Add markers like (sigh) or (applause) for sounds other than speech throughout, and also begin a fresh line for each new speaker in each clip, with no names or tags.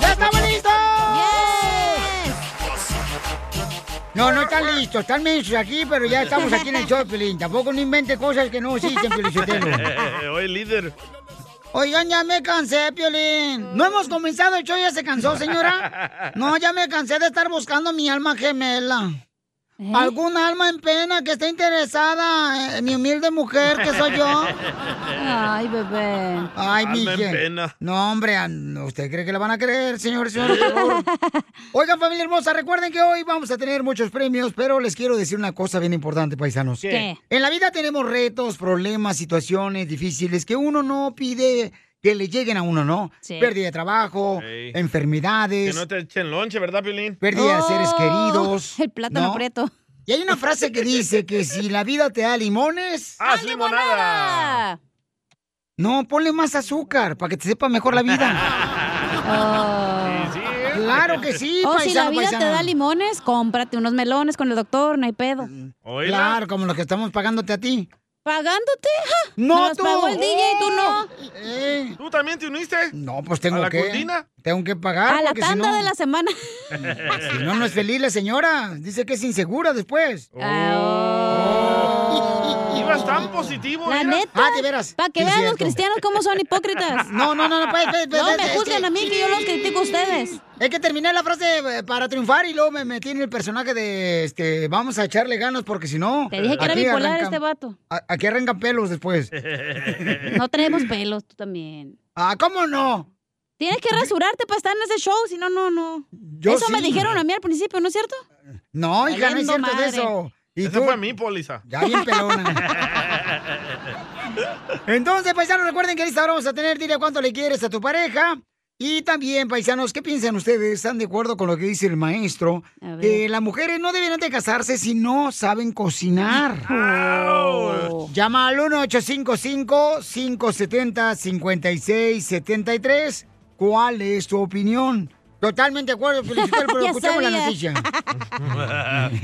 ¡Ya estamos listos!
No, no están listos, están mensos aquí, pero ya estamos aquí en el show de Piolín. Tampoco no invente cosas que no existen, Piolín Sotelo.
(laughs) Hoy líder.
Oigan, ya me cansé, Piolín. No hemos comenzado el show, ya se cansó, señora. No, ya me cansé de estar buscando mi alma gemela. Algún alma en pena que esté interesada en mi humilde mujer que soy yo. Ay, bebé. Ay, mi
Alma en
gen-
pena.
No, hombre, an- ¿usted cree que la van a creer, señores, señores? por favor? Oigan, familia hermosa, recuerden que hoy vamos a tener muchos premios, pero les quiero decir una cosa bien importante, paisanos.
¿Qué?
En la vida tenemos retos, problemas, situaciones difíciles que uno no pide que le lleguen a uno, ¿no?
Sí.
Pérdida de trabajo,
Ey. Que
enfermedades,
no te echen lonche, ¿verdad, Piolín?
pérdida de seres queridos. El
plátano aprieto.
Y hay una frase que dice que si la vida te da limones...
¡Ah, ¡Haz limonada!
No, ponle más azúcar para que te sepa mejor
(laughs)
la vida.
¿eh?
Claro que sí,
O Oh, si la
paisano,
vida te
paisana.
da limones, cómprate unos melones con el doctor, no hay pedo.
Claro, como lo que estamos pagándote a ti.
¿Pagándote? Ja,
No,
me los
tú. Eh.
pagó el DJ, tú no.
¿Tú también te uniste?
No, pues tengo
¿A la
que.
cortina?
Tengo que pagar.
A la
porque si
tanda
no-
de la semana.
(laughs) Si no, no es feliz la señora. Dice que es insegura después.
Oh. Ibas tan positivo,
La
mira.
neta.
Ah, de veras.
Para que
Sí, es
vean los
cierto.
cristianos cómo son hipócritas.
(laughs) No, no, no, no, pues, pues, pues,
No me
es
juzguen
que-
a mí que yo los critico a ustedes.
Es que terminé la frase eh, para triunfar y luego me metí en el personaje de este, vamos a echarle ganas porque si no.
Te dije que era
aquí
bipolar
arrancan-
este vato.
a- Aquí arrancan pelos después.
No tenemos pelos, tú también.
Ah, ¿cómo no?
Tienes que rasurarte para estar en ese show, si no, no, no.
Yo
Eso me
sí.
dijeron a mí al principio, ¿no es cierto?
No, hija, no es
Valiendo
cierto de
madre.
eso. Y
Ese
tú-
fue mi póliza.
Ya bien Entonces, paisanos, recuerden que en esta hora vamos a tener, dile cuánto le quieres a tu pareja. Y también, paisanos, ¿qué piensan ustedes? ¿Están de acuerdo con lo que dice el maestro?
A ver.
Que las mujeres no deberían de casarse si no saben cocinar. Llama al 1-855-570-5673. ¿Cuál es tu opinión? Totalmente
(laughs)
de acuerdo, felicito, pero
Ya
escuchemos la
sabía.
noticia.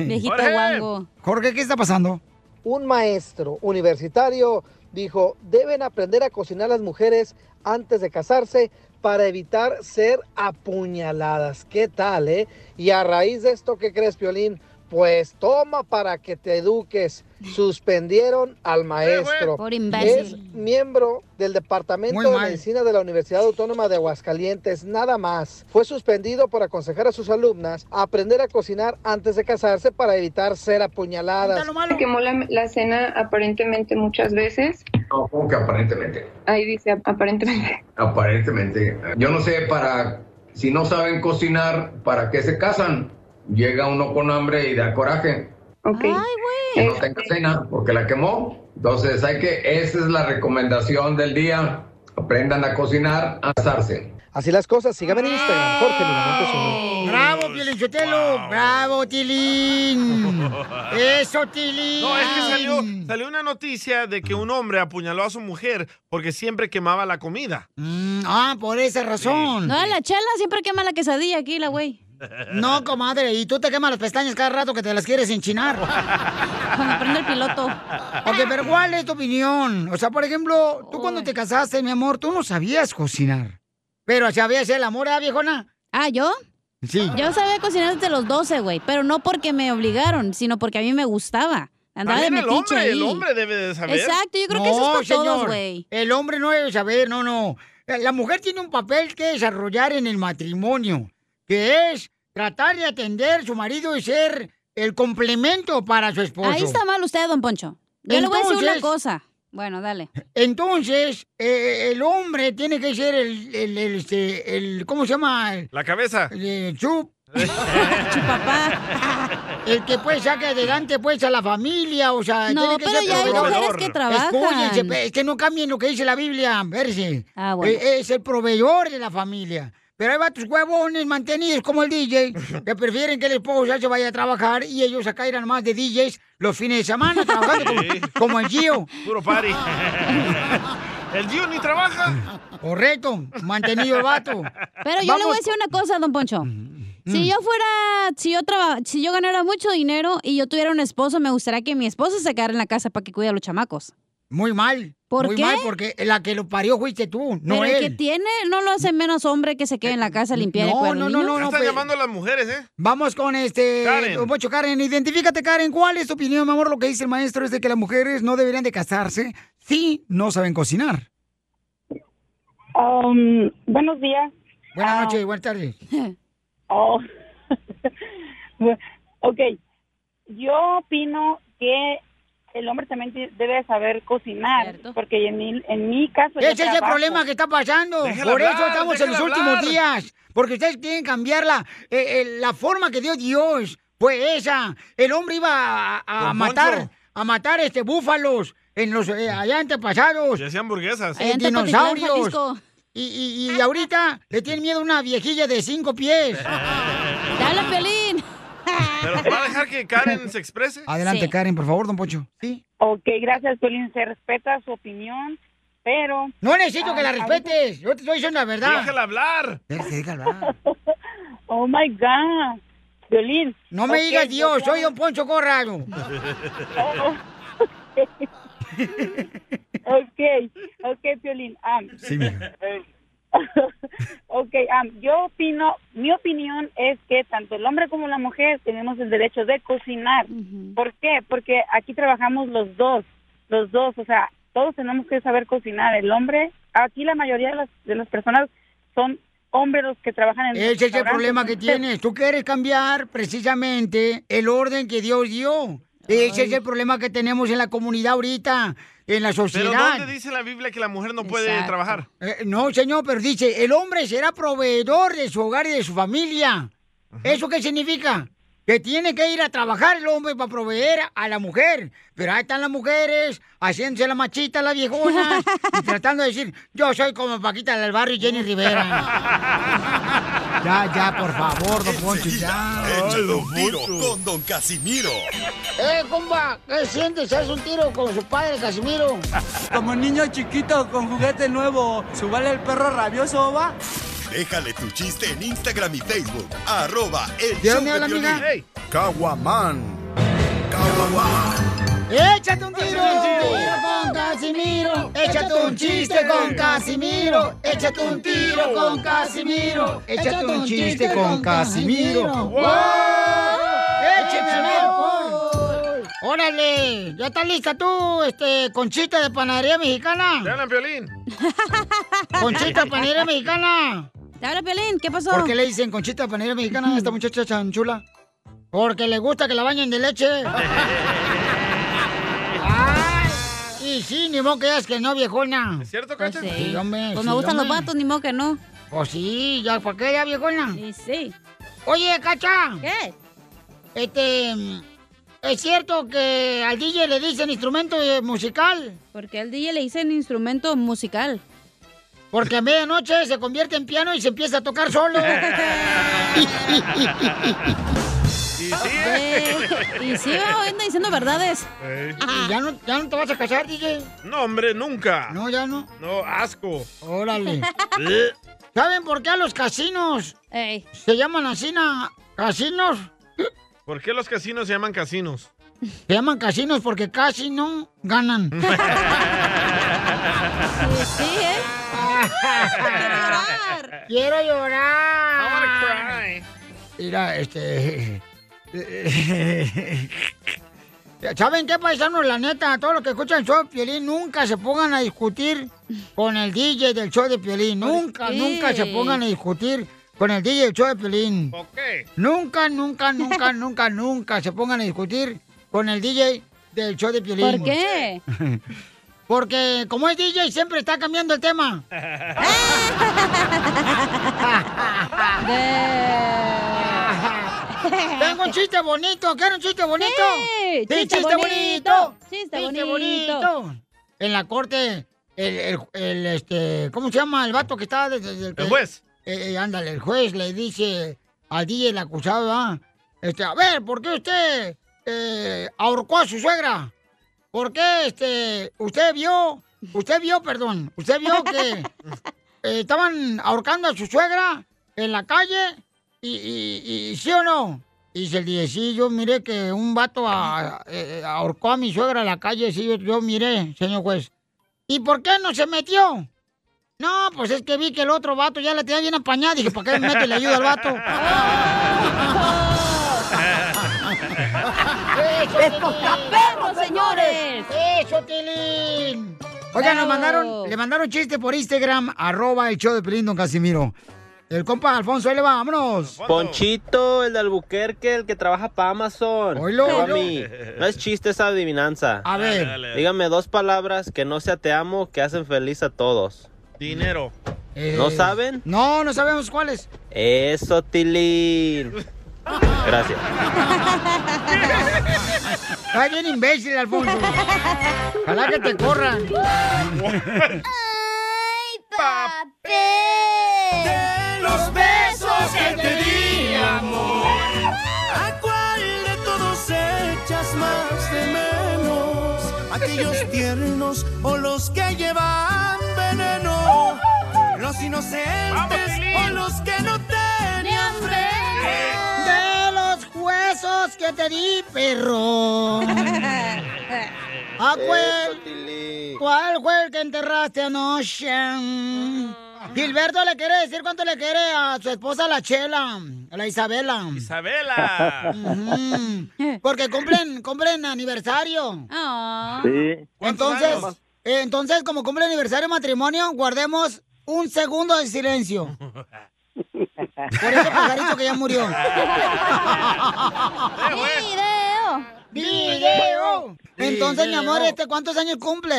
Viejito
Jorge.
guango.
Jorge, ¿qué está pasando?
un maestro universitario dijo, deben aprender a cocinar las mujeres antes de casarse para evitar ser apuñaladas. ¿Qué tal, eh? Y a raíz de esto, ¿qué crees, Piolín? Pues toma para que te eduques. Suspendieron al maestro.
Por
Es
imbécil.
miembro del Departamento
Muy
de
mal.
Medicina de la Universidad Autónoma de Aguascalientes, nada más. Fue suspendido por aconsejar a sus alumnas a aprender a cocinar antes de casarse para evitar ser apuñaladas.
Quemó la, la cena aparentemente muchas veces.
No, como que aparentemente.
Ahí dice ap- aparentemente.
Aparentemente. Yo no sé para. Si no saben cocinar, ¿para qué se casan? Llega uno con hambre y da coraje. Que no tenga cena porque la quemó. Entonces, hay que. Esa es la recomendación del día. Aprendan a cocinar, a asarse.
Así las cosas, síganme en Instagram, Jorge Miramontes uno.
¡Bravo, Piolín Sotelo! ¡Bravo,
(laughs)
Tilín! ¡Eso,
(laughs)
Tilín!
No, es que salió, salió una noticia de que un hombre apuñaló a su mujer porque siempre quemaba la comida.
ah, por esa razón.
No, la chela siempre quema la quesadilla aquí, la güey.
No, comadre, y tú te quemas las pestañas cada rato que te las quieres enchinar. Cuando
prende el piloto.
Ok, pero ¿cuál es tu opinión? O sea, por ejemplo, tú cuando te casaste, mi amor, tú no sabías cocinar. Pero sabías el amor, ¿ah, viejona?
Ah, ¿yo?
Sí.
Yo sabía cocinar desde los 12, güey, pero no porque me obligaron, sino porque a mí me gustaba. Andaba de
También el
metiche
hombre,
ahí.
el hombre debe de saber.
Exacto, yo creo que eso es
No,
para todos,
señor.
güey.
El hombre no debe saber, no, no. Eh, La mujer tiene un papel que desarrollar en el matrimonio, que es tratar de atender a su marido y ser el complemento para su esposo.
Ahí está mal usted, don Poncho. Yo le voy a decir una
Entonces-
cosa. Bueno, dale.
Entonces, eh, el hombre tiene que ser el, el, el, este, el- ¿cómo se llama? El,
La cabeza.
el
(laughs)
chup. Chupapá. (laughs) El que pues saque adelante pues a la familia, o sea,
No,
tiene que
pero
ser
ya hay
proveedor.
mujeres que trabajan.
Escúchense, pe- es que no cambien lo que dice la Biblia, verse.
Ah, bueno.
Eh, es el proveedor de la familia. Pero hay tus huevones mantenidos como el DJ, que
(laughs)
prefieren que el esposa se vaya a trabajar y ellos acá irán más de DJs los fines de semana trabajando
Sí.
como, como el Gio.
Puro
(laughs)
party. el Gio ni trabaja.
Correcto, mantenido el vato. Mm.
Pero yo le voy a decir una cosa, don Poncho. Si yo fuera, si yo traba- si yo ganara mucho dinero y yo tuviera un esposo, me gustaría que mi esposo se quedara en la casa para que cuide a los chamacos.
Muy mal.
¿Por
muy
qué?
mal, porque la que lo parió fuiste tú, no
Pero el que
él. Eh,
tiene no lo hace menos hombre que se quede en la casa a limpiar el
no,
cuerno.
no, no, no,
Ya
no,
están
pe-
llamando a las mujeres, ¿eh?
Vamos con este.
Karen.
Don Poncho, Karen, identifícate, Karen. ¿Cuál es tu opinión, mi amor? Lo que dice el maestro es de que las mujeres no deberían de casarse si no saben cocinar.
Um, buenos días.
Buenas
Ah.
noches, buenas tardes.
(laughs)
Oh. Bueno, ok. Yo opino que el hombre también te- debe saber cocinar, porque en mi, en mi caso... Pues, yo
Ese es el
trabajo.
problema que está pasando.
Déjala
Por eso
hablar,
estamos en
déjala
los últimos
hablar.
días. Porque ustedes quieren cambiar la, eh, eh, la forma que dio Dios. Pues esa. El hombre iba a, a
Don
matar
Poncho.
a matar este búfalos en los eh, allá antepasados.
Y hacía hamburguesas.
eh, dinosaurios. Y, y- y ahorita le tienen miedo a una viejilla de cinco pies.
Dale, Pelín.
¿Pero va a dejar que Karen se exprese?
Adelante, Karen, por favor, don Poncho.
Ok, gracias, Piolín. Se respeta su opinión, pero...
No necesito que
Ah,
la respetes. Yo te estoy diciendo la verdad.
Déjala
hablar.
(laughs) Oh, my God. Piolín.
No me
ok,
digas
yo
Dios, soy
trabajo-
don Poncho Corrado.
(laughs) Ok, ok, Piolín. am.
Sí,
Eh, (laughs) ok, am, yo opino, mi opinión es que tanto el hombre como la mujer tenemos el derecho de cocinar. ¿Por qué? Porque aquí trabajamos los dos, los dos, o sea, todos tenemos que saber cocinar. El hombre, aquí la mayoría de las, de las personas son hombres los que trabajan en
Ese es el
restaurantes.
problema que
(laughs)
tienes. Tú quieres cambiar precisamente el orden que Dios dio. Ese es el problema que tenemos en la comunidad ahorita, en la
¿Pero
sociedad.
dónde dice la Biblia que la mujer no puede
Exacto.
trabajar?
Eh, no, señor, pero dice, el hombre será proveedor de su hogar y de su familia. ¿Eso qué significa? Que tiene que ir a trabajar el hombre para proveer a la mujer. Pero ahí están las mujeres, haciéndose la machita, la viejona,
(laughs)
y tratando de decir, yo soy como Paquita del Barrio y
(laughs)
Jenny Rivera. ya, ya, por favor, don Poncho, ya.
Échate un tiro con Don Casimiro.
¡Eh, compa! ¿Qué sientes? ¿Haz un tiro con su padre, Casimiro?
(laughs) Como niño chiquito con juguete nuevo, subale el perro rabioso, va.
Déjale tu chiste en Instagram y Facebook. Arroba el
¿De
show de
dónde habla,
Piolín.
amiga? (laughs)
Caguamán.
¡Échate un tiro! con Casimiro! ¡Échate un chiste con Casimiro! ¡Échate un tiro con Casimiro! ¡Échate un chiste con Casimiro! ¡Wow! ¡Échame alcohol! ¡Órale! ¿Ya está lista tú, este, conchita de panadería mexicana? ¡Te
hablan, Piolín!
¡Conchita de panadería mexicana!
¿Te habla, Pelín? ¿Qué pasó?
¿Por qué le dicen conchita de panadería mexicana a esta muchacha chanchula? Porque le gusta que la bañen de leche. (laughs) Ay, y sí, ni modo que digas que no, viejona. ¿Es
cierto,
Cacha? Pues sí.
Sí, hombre.
Pues
sí,
me gustan los
hombre.
vatos, ni modo que no.
Pues sí, ya, ¿para qué ya, viejona?
Sí, sí.
Oye, Cacha. ¿Qué? Este, mm, ¿es cierto que al DJ le dicen instrumento eh, musical?
Porque al DJ le dicen instrumento musical.
Porque a medianoche se convierte en piano y se empieza a tocar
(laughs)
solo.
Y
sí. y sí, anda diciendo verdades.
¿Ya no, ¿Ya no te vas a casar, DJ?
No, hombre, nunca.
No, ya no.
No, asco.
(laughs)
Órale. ¿Saben por qué a los casinos se llaman así, na- casinos?
¿Por qué los casinos se llaman casinos?
Se llaman casinos porque casi no
(laughs)
ganan.
Sí, ¿eh?
Quiero llorar. Mira, este... eh, ¿Saben qué, paisanos? La neta, todos los que escuchan el show de Piolín, nunca se pongan a discutir con el DJ del show de Piolín. Nunca,
qué?
nunca se pongan a discutir con el DJ del show de Piolín.
¿Por qué?
Nunca,
(laughs)
nunca, nunca, nunca, nunca se pongan a discutir con el DJ del show de Piolín.
¿Por qué?
Porque como es DJ, siempre está cambiando el tema. Tengo un chiste bonito, ¿quieren un chiste bonito?
Sí, chiste bonito, chiste bonito.
En la corte, el, el- el, este, ¿cómo se llama el vato que estaba desde el...
El juez.
Eh, eh, ándale, el juez le dice al DJ, el acusado, ¿verdad? Este, a ver, ¿por qué usted eh, ahorcó a su suegra? ¿Por qué, este, usted vio, usted vio, perdón, usted vio que eh, estaban ahorcando a su suegra en la calle? ¿Y, y- y- sí o no? Y dice el DJ, sí, yo miré que un vato a- eh, ahorcó a mi suegra en la calle, sí, yo, yo miré, señor juez. ¿Y por qué no se metió? No, pues es que vi que el otro vato ya la tenía bien apañada. Dije, ¿para qué me mete la ayuda al vato?
¡Estos perros, señores!
¡Eso, Tilín! Oigan, nos mandaron, le mandaron chiste por Instagram, arroba el show de Pelín, don Casimiro. El compa Alfonso, ahí le va, vámonos.
Ponchito, el de Albuquerque, el que trabaja para Amazon.
Oilo,
Dígame,
oilo.
no es chiste esa adivinanza.
A ver. Dale, dale, dale.
Dígame dos palabras que no sea te amo que hacen feliz a todos.
Dinero.
¿No saben?
Eh, No, no sabemos
(laughs)
cuáles.
Eso, Tilín. Gracias.
Está bien imbécil, Alfonso. Ojalá que te corran.
De los besos que te di, amor. ¿A cuál de todos echas más de menos? ¿Aquellos tiernos o los que llevan veneno? ¿Los inocentes o los que no tenían freno?
(laughs) De los huesos que te di, (laughs) perro. ¿A cuál, cuál fue el que enterraste anoche? Gilberto le quiere decir cuánto le quiere a su esposa la Chela, a la (laughs) Isabela.
Isabela.
Ujú, Porque cumplen, cumplen aniversario. Ah.
Sí.
Entonces, eh, entonces, como cumple aniversario de matrimonio, guardemos un segundo de silencio. Por ese pajarito que ya murió. (laughs) ¡Video! ¡Video! Entonces, mi amor, este, ¿cuántos años cumple?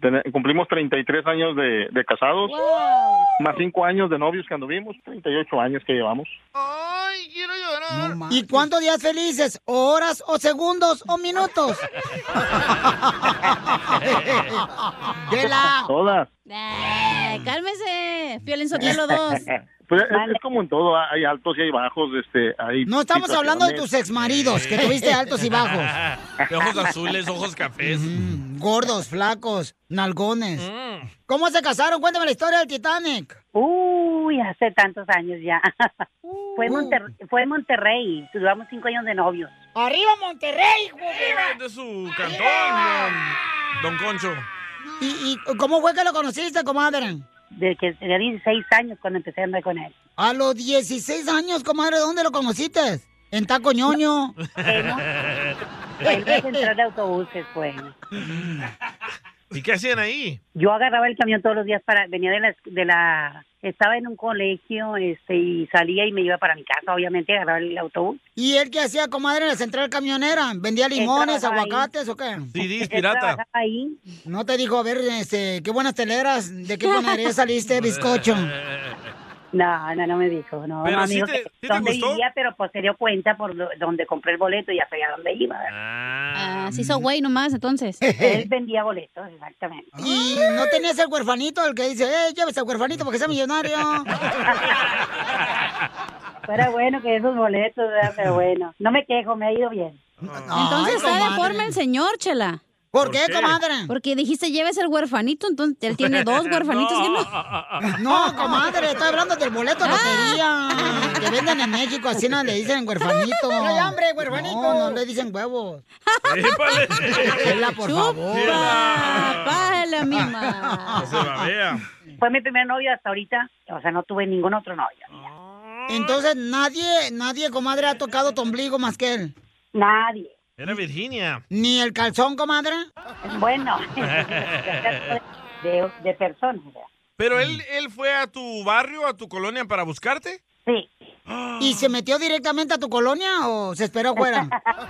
Tene- cumplimos 33 años de, de casados, más 5 años de novios que anduvimos, 38 años que llevamos.
¿Y cuántos días felices? ¿O horas, o segundos, o minutos? ¡Chela!
Todas.
Ay, Eh, cálmese. Piolín Sotelo
(laughs)
2.
(laughs) Pues es, es como en todo, hay altos y hay bajos. Este, hay
No estamos hablando de tus e-,
situaciones.
exmaridos, que tuviste altos y bajos.
De ojos azules, ojos cafés.
Gordos, flacos, nalgones. ¿Cómo se casaron? Cuéntame la historia del Titanic.
Uy, hace tantos años ya. (laughs) fue, en Monter- fue en Monterrey. Duramos cinco años de novios.
¡Arriba Monterrey!
Viva De su cantón, don, don Concho.
¿Y, y cómo fue que lo conociste, comadre?
Desde que tenía 16 años cuando empecé a andar con él.
A los 16 años, comadre, ¿dónde lo conociste? En Taco Ñoño.
Eh, Él me central de autobuses, pues.
¿Y qué hacían ahí?
Yo agarraba el camión todos los días para... Venía de la... De la estaba en un colegio este, y salía y me iba para mi casa, obviamente, agarraba el autobús.
¿Y él qué hacía, comadre, en la central camionera? ¿Vendía limones,
trabajaba ahí.
aguacates o qué?
CDs
trabajaba ahí.
No te dijo, a ver, este, qué buenas teleras, de qué panadería saliste,
(laughs)
(laughs) bizcocho.
No, no, no me dijo. No,
Pero
no, me
sí
dijo
te-
que
sí te
dónde
gustó.
vivía, pero pues se dio cuenta por do- donde compré el boleto y ya sabía dónde iba.
Ah, se hizo güey nomás,
(laughs)
entonces.
Él vendía boletos, exactamente.
Y no tenías el huerfanito, el que dice, eh, llévese al huerfanito porque sea millonario.
(laughs) Fuera bueno que esos boletos, ¿verdad? pero bueno. No me quejo, me ha ido bien.
Entonces está de forma el señor, chela.
¿Por qué, comadre?
Porque dijiste lleves el huerfanito, entonces él
(laughs)
tiene dos huerfanitos. que no. Ah,
No, comadre, estoy hablando del boleto de lotería (laughs) que venden en México, así no le dicen huerfanito. No hay hambre, huerfanito. No, no le dicen huevos.
pues.
Chela, por favor.
la misma. (laughs) Fue mi primer novio hasta ahorita. O sea, no tuve ningún otro novio.
Entonces, nadie, nadie, comadre, ha tocado tu ombligo más que él.
Nadie.
Era Virginia.
¿Ni el calzón, comadre? (laughs)
Bueno, de, de personas. ¿verdad?
¿Pero él, él fue a tu barrio, a tu colonia para buscarte?
Sí.
¿Y se metió directamente a tu colonia o se esperó fuera?
(laughs)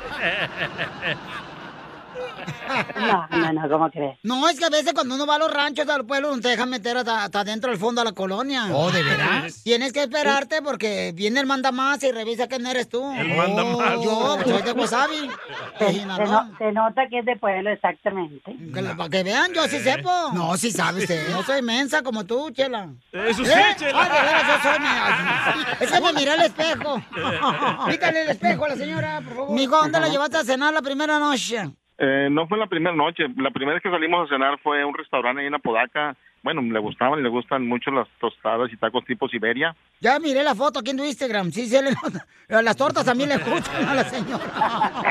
No, no, no, ¿cómo crees?
No, es que a veces cuando uno va a los ranchos, al pueblo, no te dejan meter hasta, hasta dentro del fondo a la colonia.
Oh, ¿de veras?
(laughs) Tienes que esperarte porque viene el mandamás y revisa quién eres tú.
El mandamás.
Yo, pues soy de Wasabi.
Se,
Imagina,
se
¿no?
no- se nota que es de pueblo, exactamente.
Que, la- para que vean, yo sí sepo. Eh. No, sí sabes, eh. no soy mensa como tú, Chela.
Eso
¿Eh?
sí, Chela.
Ay, de veras, yo soy mensa. Es que me miré al (laughs) espejo. Quítale el espejo a la señora, por favor. Mijo, ¿dónde la llevaste a cenar la primera noche?
Eh, no fue la primera noche. La primera vez que salimos a cenar fue a un restaurante ahí en Apodaca. Bueno, le gustaban y le gustan mucho las tostadas y tacos tipo Siberia.
Ya miré la foto aquí en tu Instagram. Sí, se le (laughs) nota. Las tortas también le gustan a la señora.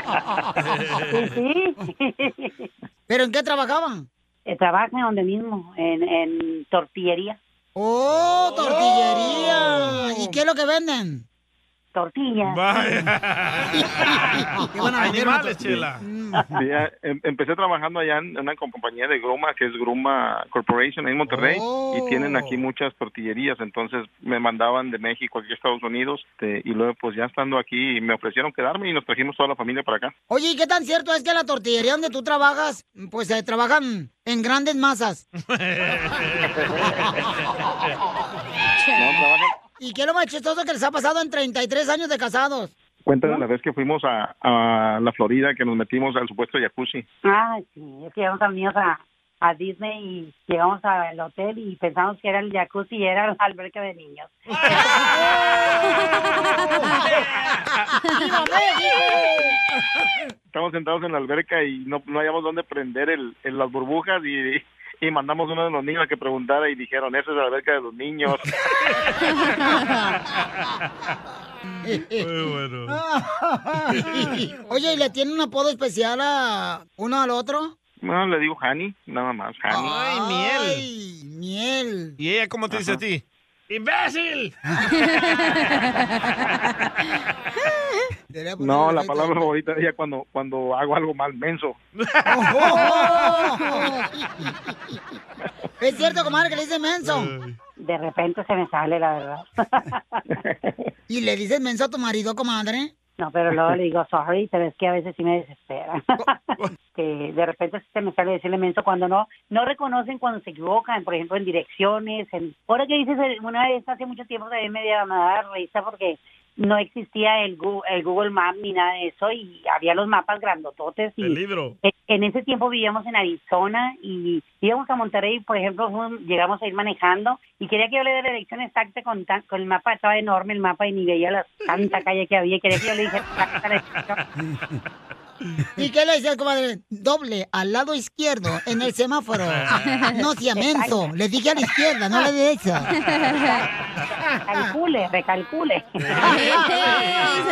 (laughs) ¿Pero en qué trabajaban?
Eh, Trabajan donde mismo, en, en tortillería.
¡Oh, tortillería! ¿Y qué es lo que venden?
Tortillas.
Iban a vender
Animales,
una-
Chela.
Sí, eh, em- empecé trabajando allá en una com- compañía de Gruma, que es Gruma Corporation en Monterrey, y tienen aquí muchas tortillerías, entonces me mandaban de México aquí a Estados Unidos, este, y luego pues ya estando aquí me ofrecieron quedarme y nos trajimos toda la familia para acá.
Oye, ¿y qué tan cierto es que la tortillería donde tú trabajas, pues se trabajan en grandes masas? ¿Y qué es lo más chistoso que les ha pasado en 33 años de casados? (laughs)
Cuéntale la vez que fuimos a, a la Florida, que nos metimos al supuesto jacuzzi.
Ah, sí, es que llevamos a mis niños a, a Disney y llegamos al hotel y pensamos que era el jacuzzi y era la alberca de niños.
Estamos sentados en la alberca y no, no hallamos dónde prender el, el- las burbujas y, y mandamos uno de los niños a que preguntara y dijeron, esa es la alberca de
(laughs)
los niños.
Oye, ¿y le tienen un apodo especial a uno al otro? (laughs)
No, le digo Hani, nada más, Hani.
Ay,
miel. miel.
¿Y ella cómo te dice a ti? ¡Imbécil!
No, la palabra favorita de ella cuando, cuando hago algo mal menso.
Oh.
(laughs)
¿Es cierto, comadre, que le dicen menso?
(laughs) De repente se me sale, la verdad.
¿Y le dices menso a tu marido, comadre?
No, pero luego le digo sorry, pero es que a veces sí me desespera. (laughs) Este, de repente sí se me sale decirle menso cuando no no reconocen cuando se equivocan, por ejemplo, en direcciones. En... Ahora que dices, eh, una vez hace mucho tiempo también me dio- me daba risa porque no existía el, Gu- el Google Map ni nada de eso y había los mapas grandototes y
El
(laughs)
libro.
e- En ese tiempo vivíamos en Arizona y íbamos a Monterrey, por ejemplo, fuimos- llegamos a ir manejando y quería que yo le dé la dirección exacta con, tan- con el mapa, estaba enorme el mapa y ni veía la tanta calle que había, quería que yo le dijera exacta la dirección.
¿Y qué le decías, comadre? Doble, al lado izquierdo, en el semáforo. No sea menso. Le dije a la izquierda, no a la derecha.
Recalcule,
(laughs)
recalcule.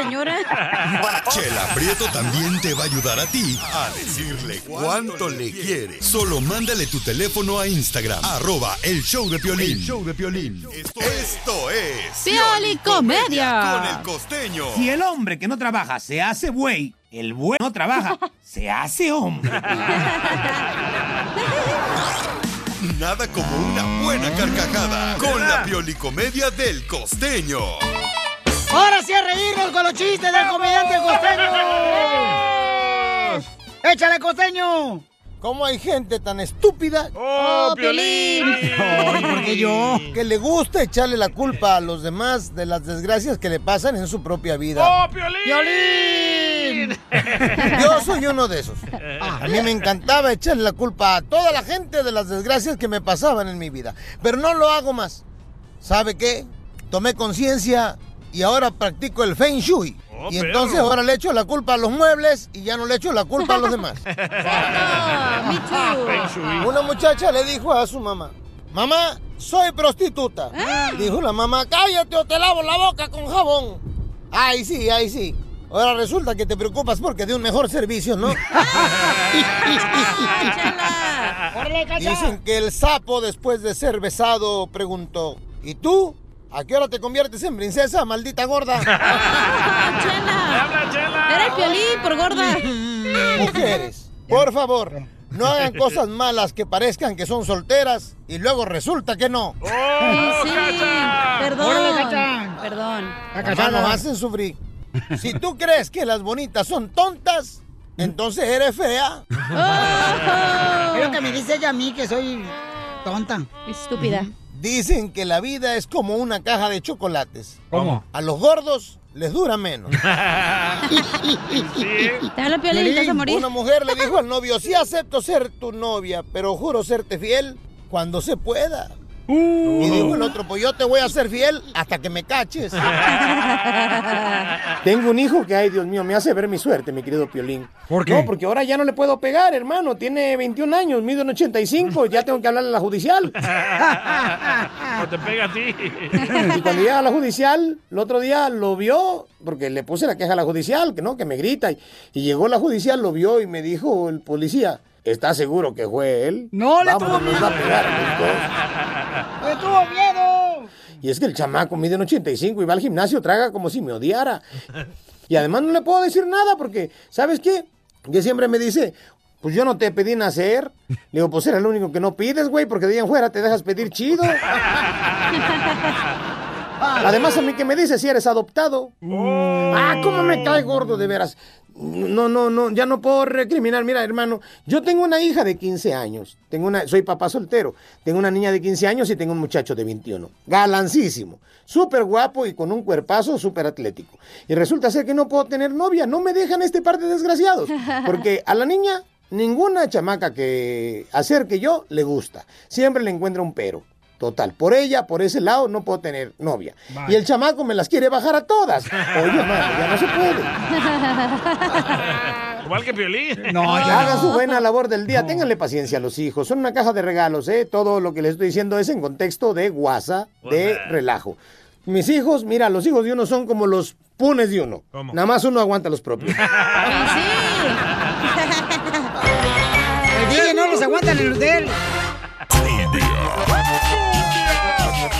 señora!
Chela Prieto también te va a ayudar a ti a decirle cuánto le quiere. Solo mándale tu teléfono a Instagram, arroba el show de Piolín.
El
show de Piolín. Esto, esto es... Con el costeño.
Si el hombre que no trabaja se hace buey, el buey no
(laughs)
trabaja, se hace hombre.
Nada como una buena carcajada con la piolicomedia del costeño.
Ahora sí a reírnos con los chistes del comediante El costeño. ¡Échale, costeño!
¿Cómo hay gente tan estúpida?
¡Oh, Piolín!
porque yo? Que le gusta echarle la culpa a los demás de las desgracias que le pasan en su propia vida.
¡Oh, Piolín! ¡Piolín!
Yo soy uno de esos.
Ah,
A mí me encantaba echarle la culpa a toda la gente de las desgracias que me pasaban en mi vida. Pero no lo hago más. ¿Sabe qué? Tomé conciencia y ahora practico el Feng Shui.
Oh,
y
perro.
entonces ahora le echo la culpa a los muebles y ya no le echo la culpa a los
(laughs)
demás. (laughs) Una muchacha le dijo a su mamá, mamá, soy prostituta. Dijo la mamá, cállate o te lavo la boca con jabón. Ay, sí, ay, sí. Ahora resulta que te preocupas porque de un mejor servicio, ¿no? (laughs)
Ah,
Dicen que el sapo después de ser besado preguntó, ¿y tú? ¿A qué hora te conviertes en princesa, maldita gorda?
¡Habla, Chela!
Era el
(laughs)
piolín por gorda.
Mujeres, por favor, no (laughs) hagan cosas malas que parezcan que son solteras y luego resulta que no.
sí, perdón.
Órale, Cacha.
Perdón.
Mamá, nos hacen sufrir. Si tú crees que las bonitas son tontas, entonces eres
(laughs)
fea.
Es lo que me dice ella a mí, que soy tonta.
Estúpida.
Dicen que la vida es como una caja de chocolates.
¿Cómo?
A los gordos les dura menos.
Te habla Piolín, te vas a morir.
Una mujer le dijo al novio, sí acepto ser tu novia, pero juro serte fiel cuando se pueda. Y dijo el otro, pues yo te voy a ser fiel hasta que me caches.
Tengo un hijo que, ay, Dios mío, me hace ver mi suerte, mi querido Piolín.
¿Por qué?
No, porque ahora ya no le puedo pegar, hermano. Tiene 21 años, mido en 85, ya tengo que hablarle a la judicial.
O te pega a ti.
Y cuando llega a la judicial, el otro día lo vio, porque le puse la queja a la judicial, que no, que me grita. Y, y llegó la judicial, lo vio y me dijo el policía, ¿estás seguro que fue él? No, le nos va a pegar a los dos".
¡Me tuvo (laughs) miedo!
Y es que el chamaco mide un 85 y va al gimnasio, traga como si me odiara. Y además no le puedo decir nada porque, ¿sabes qué? Que siempre me dice, pues yo no te pedí nacer. Le digo, pues eres el único que no pides, güey, porque de ahí en fuera te dejas pedir chido. (laughs) Además, a mí que me dice si eres adoptado. Ah, cómo me cae gordo, de veras. No, no, no, ya no puedo recriminar. Mira, hermano, yo tengo una hija de 15 años. Tengo una, soy papá soltero. Tengo una niña de 15 años y tengo un muchacho de 21. Galancísimo. Súper guapo y con un cuerpazo súper atlético. Y resulta ser que no puedo tener novia. No me dejan este par de desgraciados. Porque a la niña, ninguna chamaca que acerque yo le gusta. Siempre le encuentra un pero. Total, por ella, por ese lado, no puedo tener novia.
Vaya.
Y el chamaco me las quiere bajar a
(laughs)
todas. Oye, hermano, ya no se puede.
Igual que
(laughs)
Piolín.
Hagan su buena labor del día. Ténganle paciencia a los hijos. Son una caja de regalos, ¿eh? Todo lo que les estoy diciendo es en contexto de guasa,
Pues
de relajo. Mis hijos, mira, los hijos de uno son como los punes de uno.
¿Cómo?
Nada más uno aguanta
(laughs)
los propios.
El DJ no los aguanta en el hotel.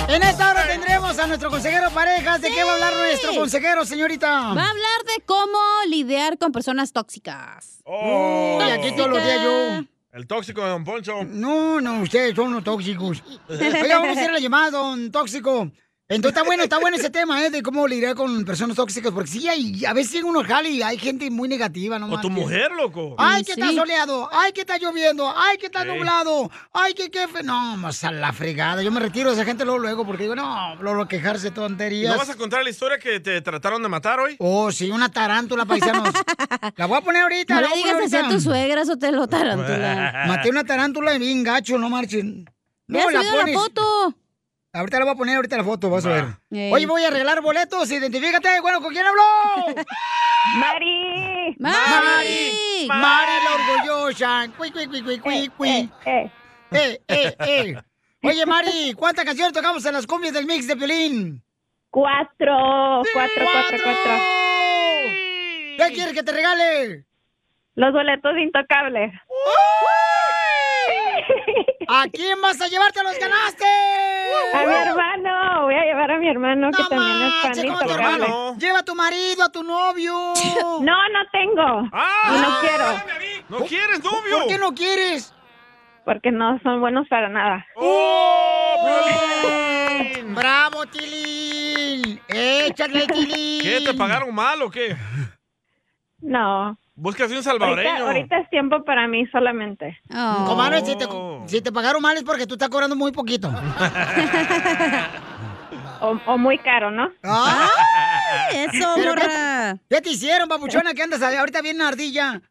En esta hora tendremos a nuestro consejero parejas. ¿De qué va a hablar nuestro consejero, señorita?
Va a hablar de cómo lidiar con personas tóxicas.
Uy, aquí todos los días yo.
El tóxico de Don Poncho.
No, no, ustedes son
(laughs)
los tóxicos. Oiga, vamos a hacer la llamada, don tóxico. Entonces está bueno, está bueno ese tema, ¿eh? De cómo lidiar con personas tóxicas. Porque sí, hay, a veces llega uno al jale y hay gente muy negativa, ¿no?
O tu
marches.
mujer, loco.
Ay, que está soleado. Ay, que está lloviendo. Ay, que está
Sí.
nublado. Ay, que qué... fe- No, más a la fregada. Yo me retiro de esa gente luego, luego, porque digo, no, luego quejarse de tonterías.
¿No vas a contar la historia que te trataron de matar hoy?
Oh, sí, una tarántula, paisanos. La voy a poner ahorita.
No
la
le
voy a
digas
poner
así a
ahorita.
tu suegra, eso te lo tarántula.
Maté una tarántula y bien gacho, no marchen.
Me has subido la foto.
Ahorita la voy a poner, ahorita la foto, vas a ver.
Ey.
Oye, voy a arreglar boletos, identifícate. Bueno, ¿con quién habló?
(laughs) ¡Mari!
¡Mari! ¡Mari la orgullosa! ¡Cui, cui, cui, cui, cui, cui!
Eh,
eh, eh. Oye, Mari, ¿cuántas canciones tocamos en las cumbias del mix de violín?
Cuatro, cuatro, cuatro, cuatro.
¿Qué quieres que te regale?
Los boletos intocables.
¿A quién vas a llevar? ¡Te los ganaste!
(laughs) A mi hermano, voy a llevar a mi hermano que también es
manches,
fan
¿cómo tu
intocable.
hermano? Lleva a tu marido, a tu novio.
(laughs) No, no tengo. Y no
Ah,
quiero,
¿No quieres novio?
¿Por qué no
(laughs)
quieres?
porque no son buenos para nada.
¡Oh,
¡Bravo, Tilín!
(laughs)
¡Échale, Tilín!
¿Qué? ¿Te pagaron mal o qué?
No.
Búscate un
Ahorita,
salvadoreño.
ahorita es tiempo para mí solamente.
Comadre, si te,
Oh.
si te pagaron mal es porque tú estás cobrando
(laughs)
muy poquito.
O, o muy caro, ¿no?
(laughs) ¡Ay!
eso,
Pero ¿qué,
morra.
te- qué te hicieron, papuchona? ¿Qué andas ahí? ahorita bien ardilla?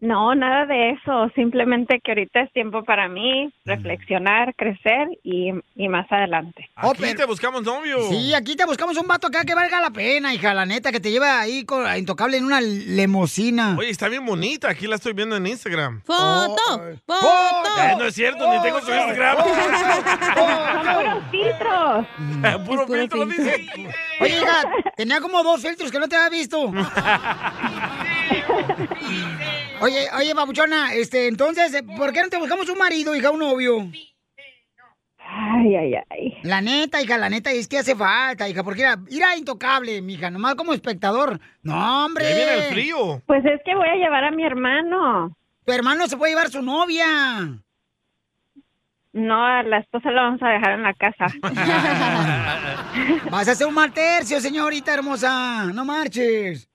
No, nada de eso. Simplemente que ahorita es tiempo para mí reflexionar, crecer y, y más adelante.
Aquí Oh, te buscamos novio.
Oh, Sí, aquí te buscamos un vato acá que valga la pena, hija, la neta, que te lleva ahí con- a intocable en una lemosina.
Oye, está bien bonita. Aquí la estoy viendo en Instagram.
¡Foto! oh,
Eh, no es cierto, ni tengo su Instagram.
oh,
Son puros filtros.
(laughs) Puro filtro, dice.
Oye, hija, tenía como dos filtros que no te había visto. Oye, eh, oye, papuchona, este, entonces, ¿por qué no te buscamos un marido, hija, un novio? Ay, ay, ay. La neta, hija, la neta, es que hace falta, hija, porque era, era intocable, mija, nomás como espectador. No, hombre.
Ahí viene el frío.
Pues es que voy a llevar a mi hermano. Tu hermano se puede llevar su novia.
No, a la esposa la vamos a dejar en la
(laughs)
casa.
Vas a hacer un mal tercio, señorita hermosa. No marches.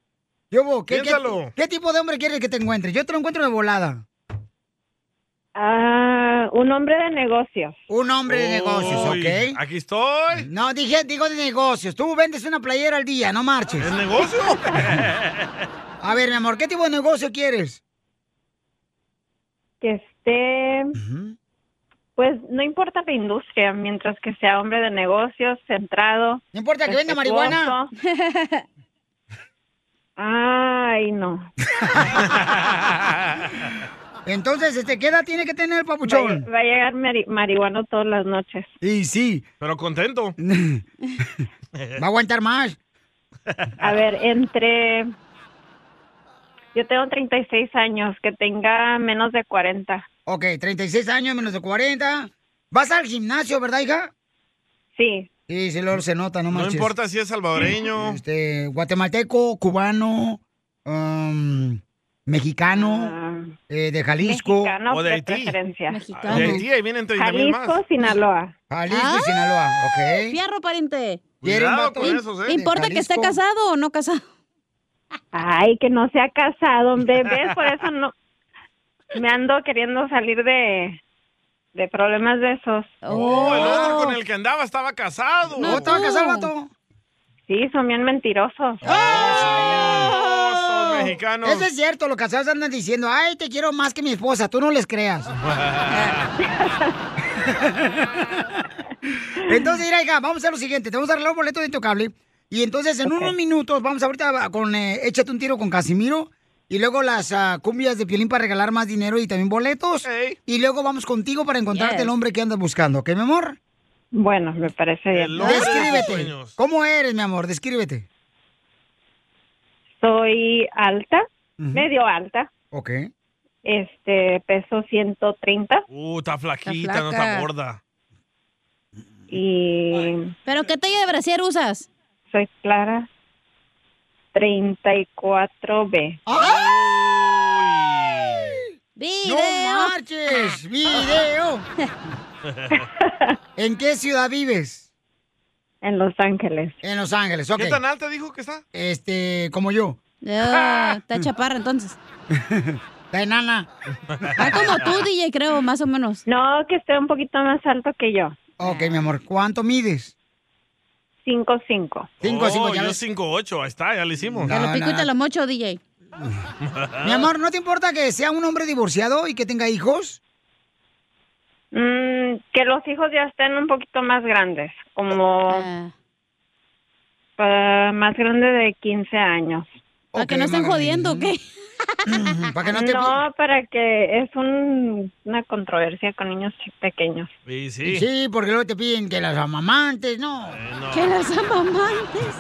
Yo, bo, ¿qué, qué,
Piénsalo.
qué tipo de hombre quieres que te encuentre? Yo te lo encuentro de volada.
Ah, un hombre de negocios.
Un hombre de negocios,
Uy,
¿ok? Aquí estoy. No, dije, digo de negocios. Tú vendes una playera al día, no marches. ¿El
negocio?
(laughs) A ver, mi amor, ¿qué tipo de negocio quieres?
Que esté... Pues no importa la industria, mientras que sea hombre de negocios, centrado.
No importa que venda marihuana.
Ay, no.
(laughs) oh.
(laughs)
Entonces, este, ¿qué edad tiene que tener el papuchón?
Va a llegar mari- marihuano todas las noches.
Y sí.
Pero
(laughs)
contento.
Va a aguantar más.
A ver, entre... Yo tengo 36 años, que tenga menos de 40.
Ok, 36 años, menos de 40. ¿Vas al gimnasio, verdad, hija?
Sí.
Sí, sí, luego se nota, no
No
marches.
importa si es salvadoreño.
Este, guatemalteco, cubano, um, mexicano, eh, de Jalisco.
Ah. Mexicano O de de Haití. preferencia.
Mexicano. De Haití, ahí vienen 30,000 más.
Jalisco, Sinaloa. Ah.
Jalisco y Sinaloa, ok.
Fierro, pariente.
Quiere un Cuidado vato- con
¿Im-
esos, ¿eh?
¿Importa
De
que esté
Jalisco.
casado o no casado?
Ay, que no se ha casado, hombre. ¿Ves? Por eso no. Me ando queriendo salir de, de problemas de esos.
Oh, el otro con el que andaba estaba casado. Oh.
No, estaba casado el vato. Sí, son bien mentirosos.
Ah.
Son mexicanos.
Eso es cierto, los casados andan diciendo, ay, te quiero más que mi esposa, tú no les creas. Entonces, mira, hija, vamos a hacer lo siguiente. Te vamos a arreglar un boleto de Intocable. Y entonces, en unos minutos, vamos ahorita a- con eh, Échate un tiro con Casimiro. Y luego las ah, cumbias de Piolín para regalar más dinero y también boletos. Y luego vamos contigo para encontrarte
Yes.
el hombre que andas buscando. ¿Ok, mi amor?
Bueno, me parece bien.
Descríbete. ¿Cómo eres, mi amor? Descríbete.
Soy alta, medio alta.
Ok.
Este, peso 130
Uh, está flaquita,
Está
no
flaca.
está gorda.
y
¿Pero qué talla de brasier usas?
soy clara 34B.
¡Video!
¡No
(laughs)
marches! ¡Video! ¿En qué ciudad vives?
En Los Ángeles.
En Los Ángeles, ok.
¿Qué tan alta dijo que está?
Este, como yo. (laughs)
Ah, está chaparra entonces.
Está enana.
Ah, como
(laughs)
tú, DJ, creo, más o menos.
No, que esté un poquito más alto que yo.
Ok, mi amor, ¿cuánto mides?
5'5". cinco.
oh, yo 5'8, ahí está, ya lo hicimos.
Te lo No, pico y no. te
Te lo mocho, DJ.
(laughs)
Ah.
Mi amor, ¿no te importa que sea un hombre divorciado y que tenga hijos?
Mm, que los hijos ya estén un poquito más grandes, como
Ah.
pa- más grande de 15 años.
Para que no estén jodiendo, ¿o qué?
Mm, ¿Para
no, para que es un- una controversia con niños chi- pequeños.
Sí, sí.
Sí. porque luego te piden que las amamantes, no.
no.
Que las amamantes.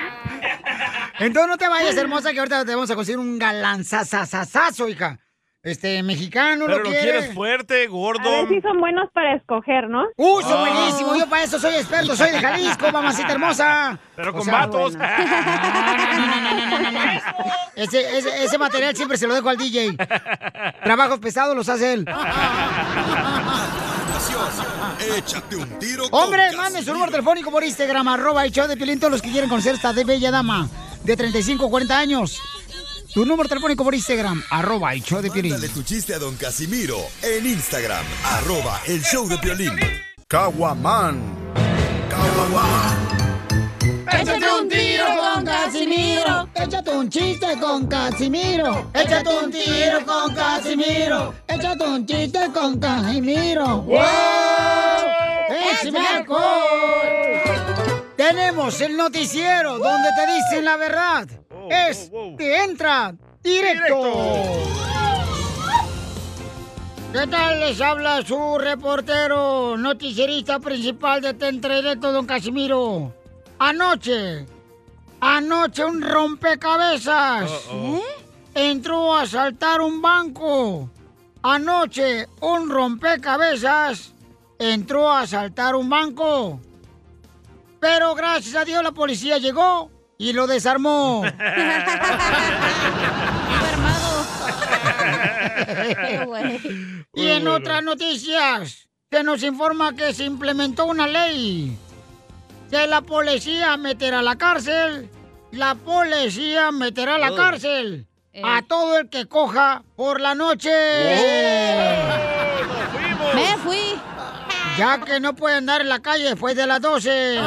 (laughs) Entonces no te vayas, hermosa, que ahorita te vamos a conseguir un galanzazazazazo, hija. Este, mexicano,
Pero
lo,
lo
quiere.
quieres fuerte, gordo.
son buenos para escoger, ¿no?
¡Uh, son
Ah.
buenísimos! Yo para eso soy experto, soy de Jalisco, mamacita hermosa.
Pero
O
con
sea,
vatos. (laughs)
(laughs) Ese, ese, ese material siempre se lo dejo al DJ. Trabajos pesados los hace él.
Échate un tiro
Hombre, manden su número telefónico por Instagram, arroba el show de Piolín, todos los que quieren conocer esta de bella dama de 35 o 40 años. Tu número telefónico por Instagram, arroba el show de Piolín.
Dale tu chiste a don Casimiro en Instagram, arroba el show de violín. Caguaman.
Échate un tiro con Casimiro. Échate un chiste con Casimiro. Échate un tiro con Casimiro. Échate un chiste con Casimiro. ¡Wow! ¡Échame alcohol! Tenemos el noticiero donde te dicen la verdad. Es que entra directo. ¿Qué tal? Les habla su reportero, noticierista principal de Tentra Directo, don Casimiro. Anoche, anoche un rompecabezas ¿eh? entró a asaltar un banco. Anoche un rompecabezas entró a asaltar un banco. Pero gracias a Dios la policía llegó y lo desarmó. y en
bueno.
otras noticias, se nos informa que se implementó una ley que la policía meterá a la cárcel. La policía meterá a la
Oh.
cárcel
Eh.
a todo el que coja por la noche. Me fui. Ya que no puede andar en la calle después de las (laughs) 12.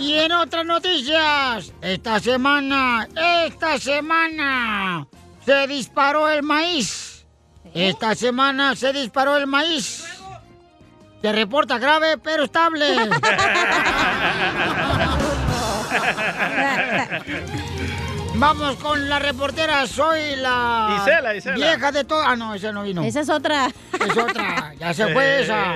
Y en otras noticias, esta semana, esta semana, se disparó el maíz. Esta semana se disparó el maíz. Se reporta grave pero estable. (laughs) Vamos con la reportera, soy la
Isela, Isela.
vieja de todo. Ah, no, esa no vino. Esa es otra. Es otra, ya se fue (laughs) esa.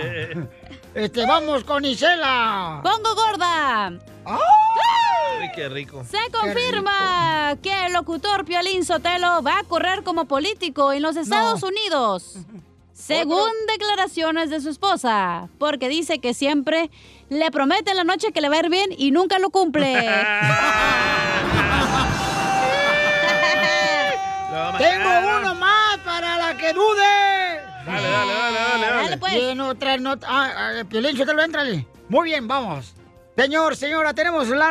Este, vamos con Isela.
¡Pongo gorda!
Ay, qué rico.
Se confirma que el locutor Piolín Sotelo va a correr como político en los Estados
(laughs)
Unidos. Según declaraciones de su esposa, porque dice que siempre le promete en la noche que le va a ir bien y nunca lo
(laughs)
cumple.
Tengo uno más para la que dude.
Dale, dale, dale, dale, dale. Dale, pues.
Y en otra nota. Ah, ah, Piolín, suéltalo, éntrale. Muy bien, vamos. Señor, señora, tenemos la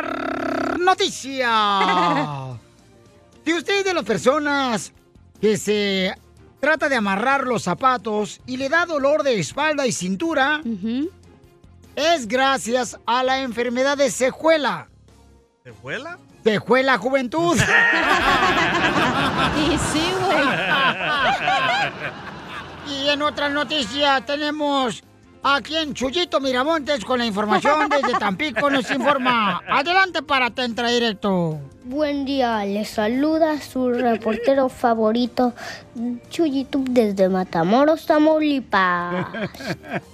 (laughs)
r- noticia. Si usted es de las personas que se trata de amarrar los zapatos y le da dolor de espalda y cintura, es gracias a la enfermedad de secuela.
¿Te vuela?
Dejó la
(laughs)
juventud.
y sí,
(laughs) Y en otras noticias tenemos aquí en Chuyito Miramontes con la información desde Tampico nos informa. Adelante para Tentra Directo.
Buen día, les saluda su reportero favorito, Chuyitub desde Matamoros, Tamaulipas.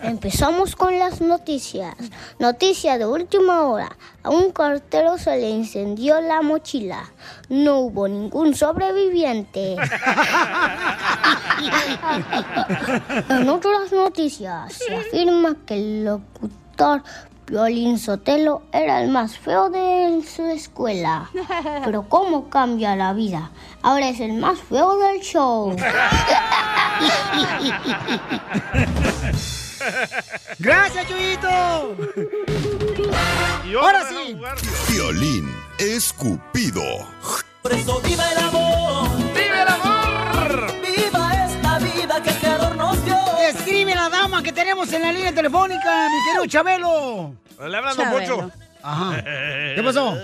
Empezamos con las noticias. Noticia de última hora. A un cartero se le incendió la mochila. No hubo ningún sobreviviente. En otras noticias, se afirma que el locutor Violín Sotelo era el más feo de su escuela. Pero cómo cambia la vida. Ahora es el más feo del show.
Gracias, Chuyito.
Ahora
sí.
Violín escupido.
Por eso viva el amor. ¡Viva el amor! ¡Viva esta vida que el Creador nos dio!
Escribe la dama que tenemos en la línea telefónica, mi querido Chabelo.
Le hablan Don Poncho.
Ajá. ¿Qué pasó?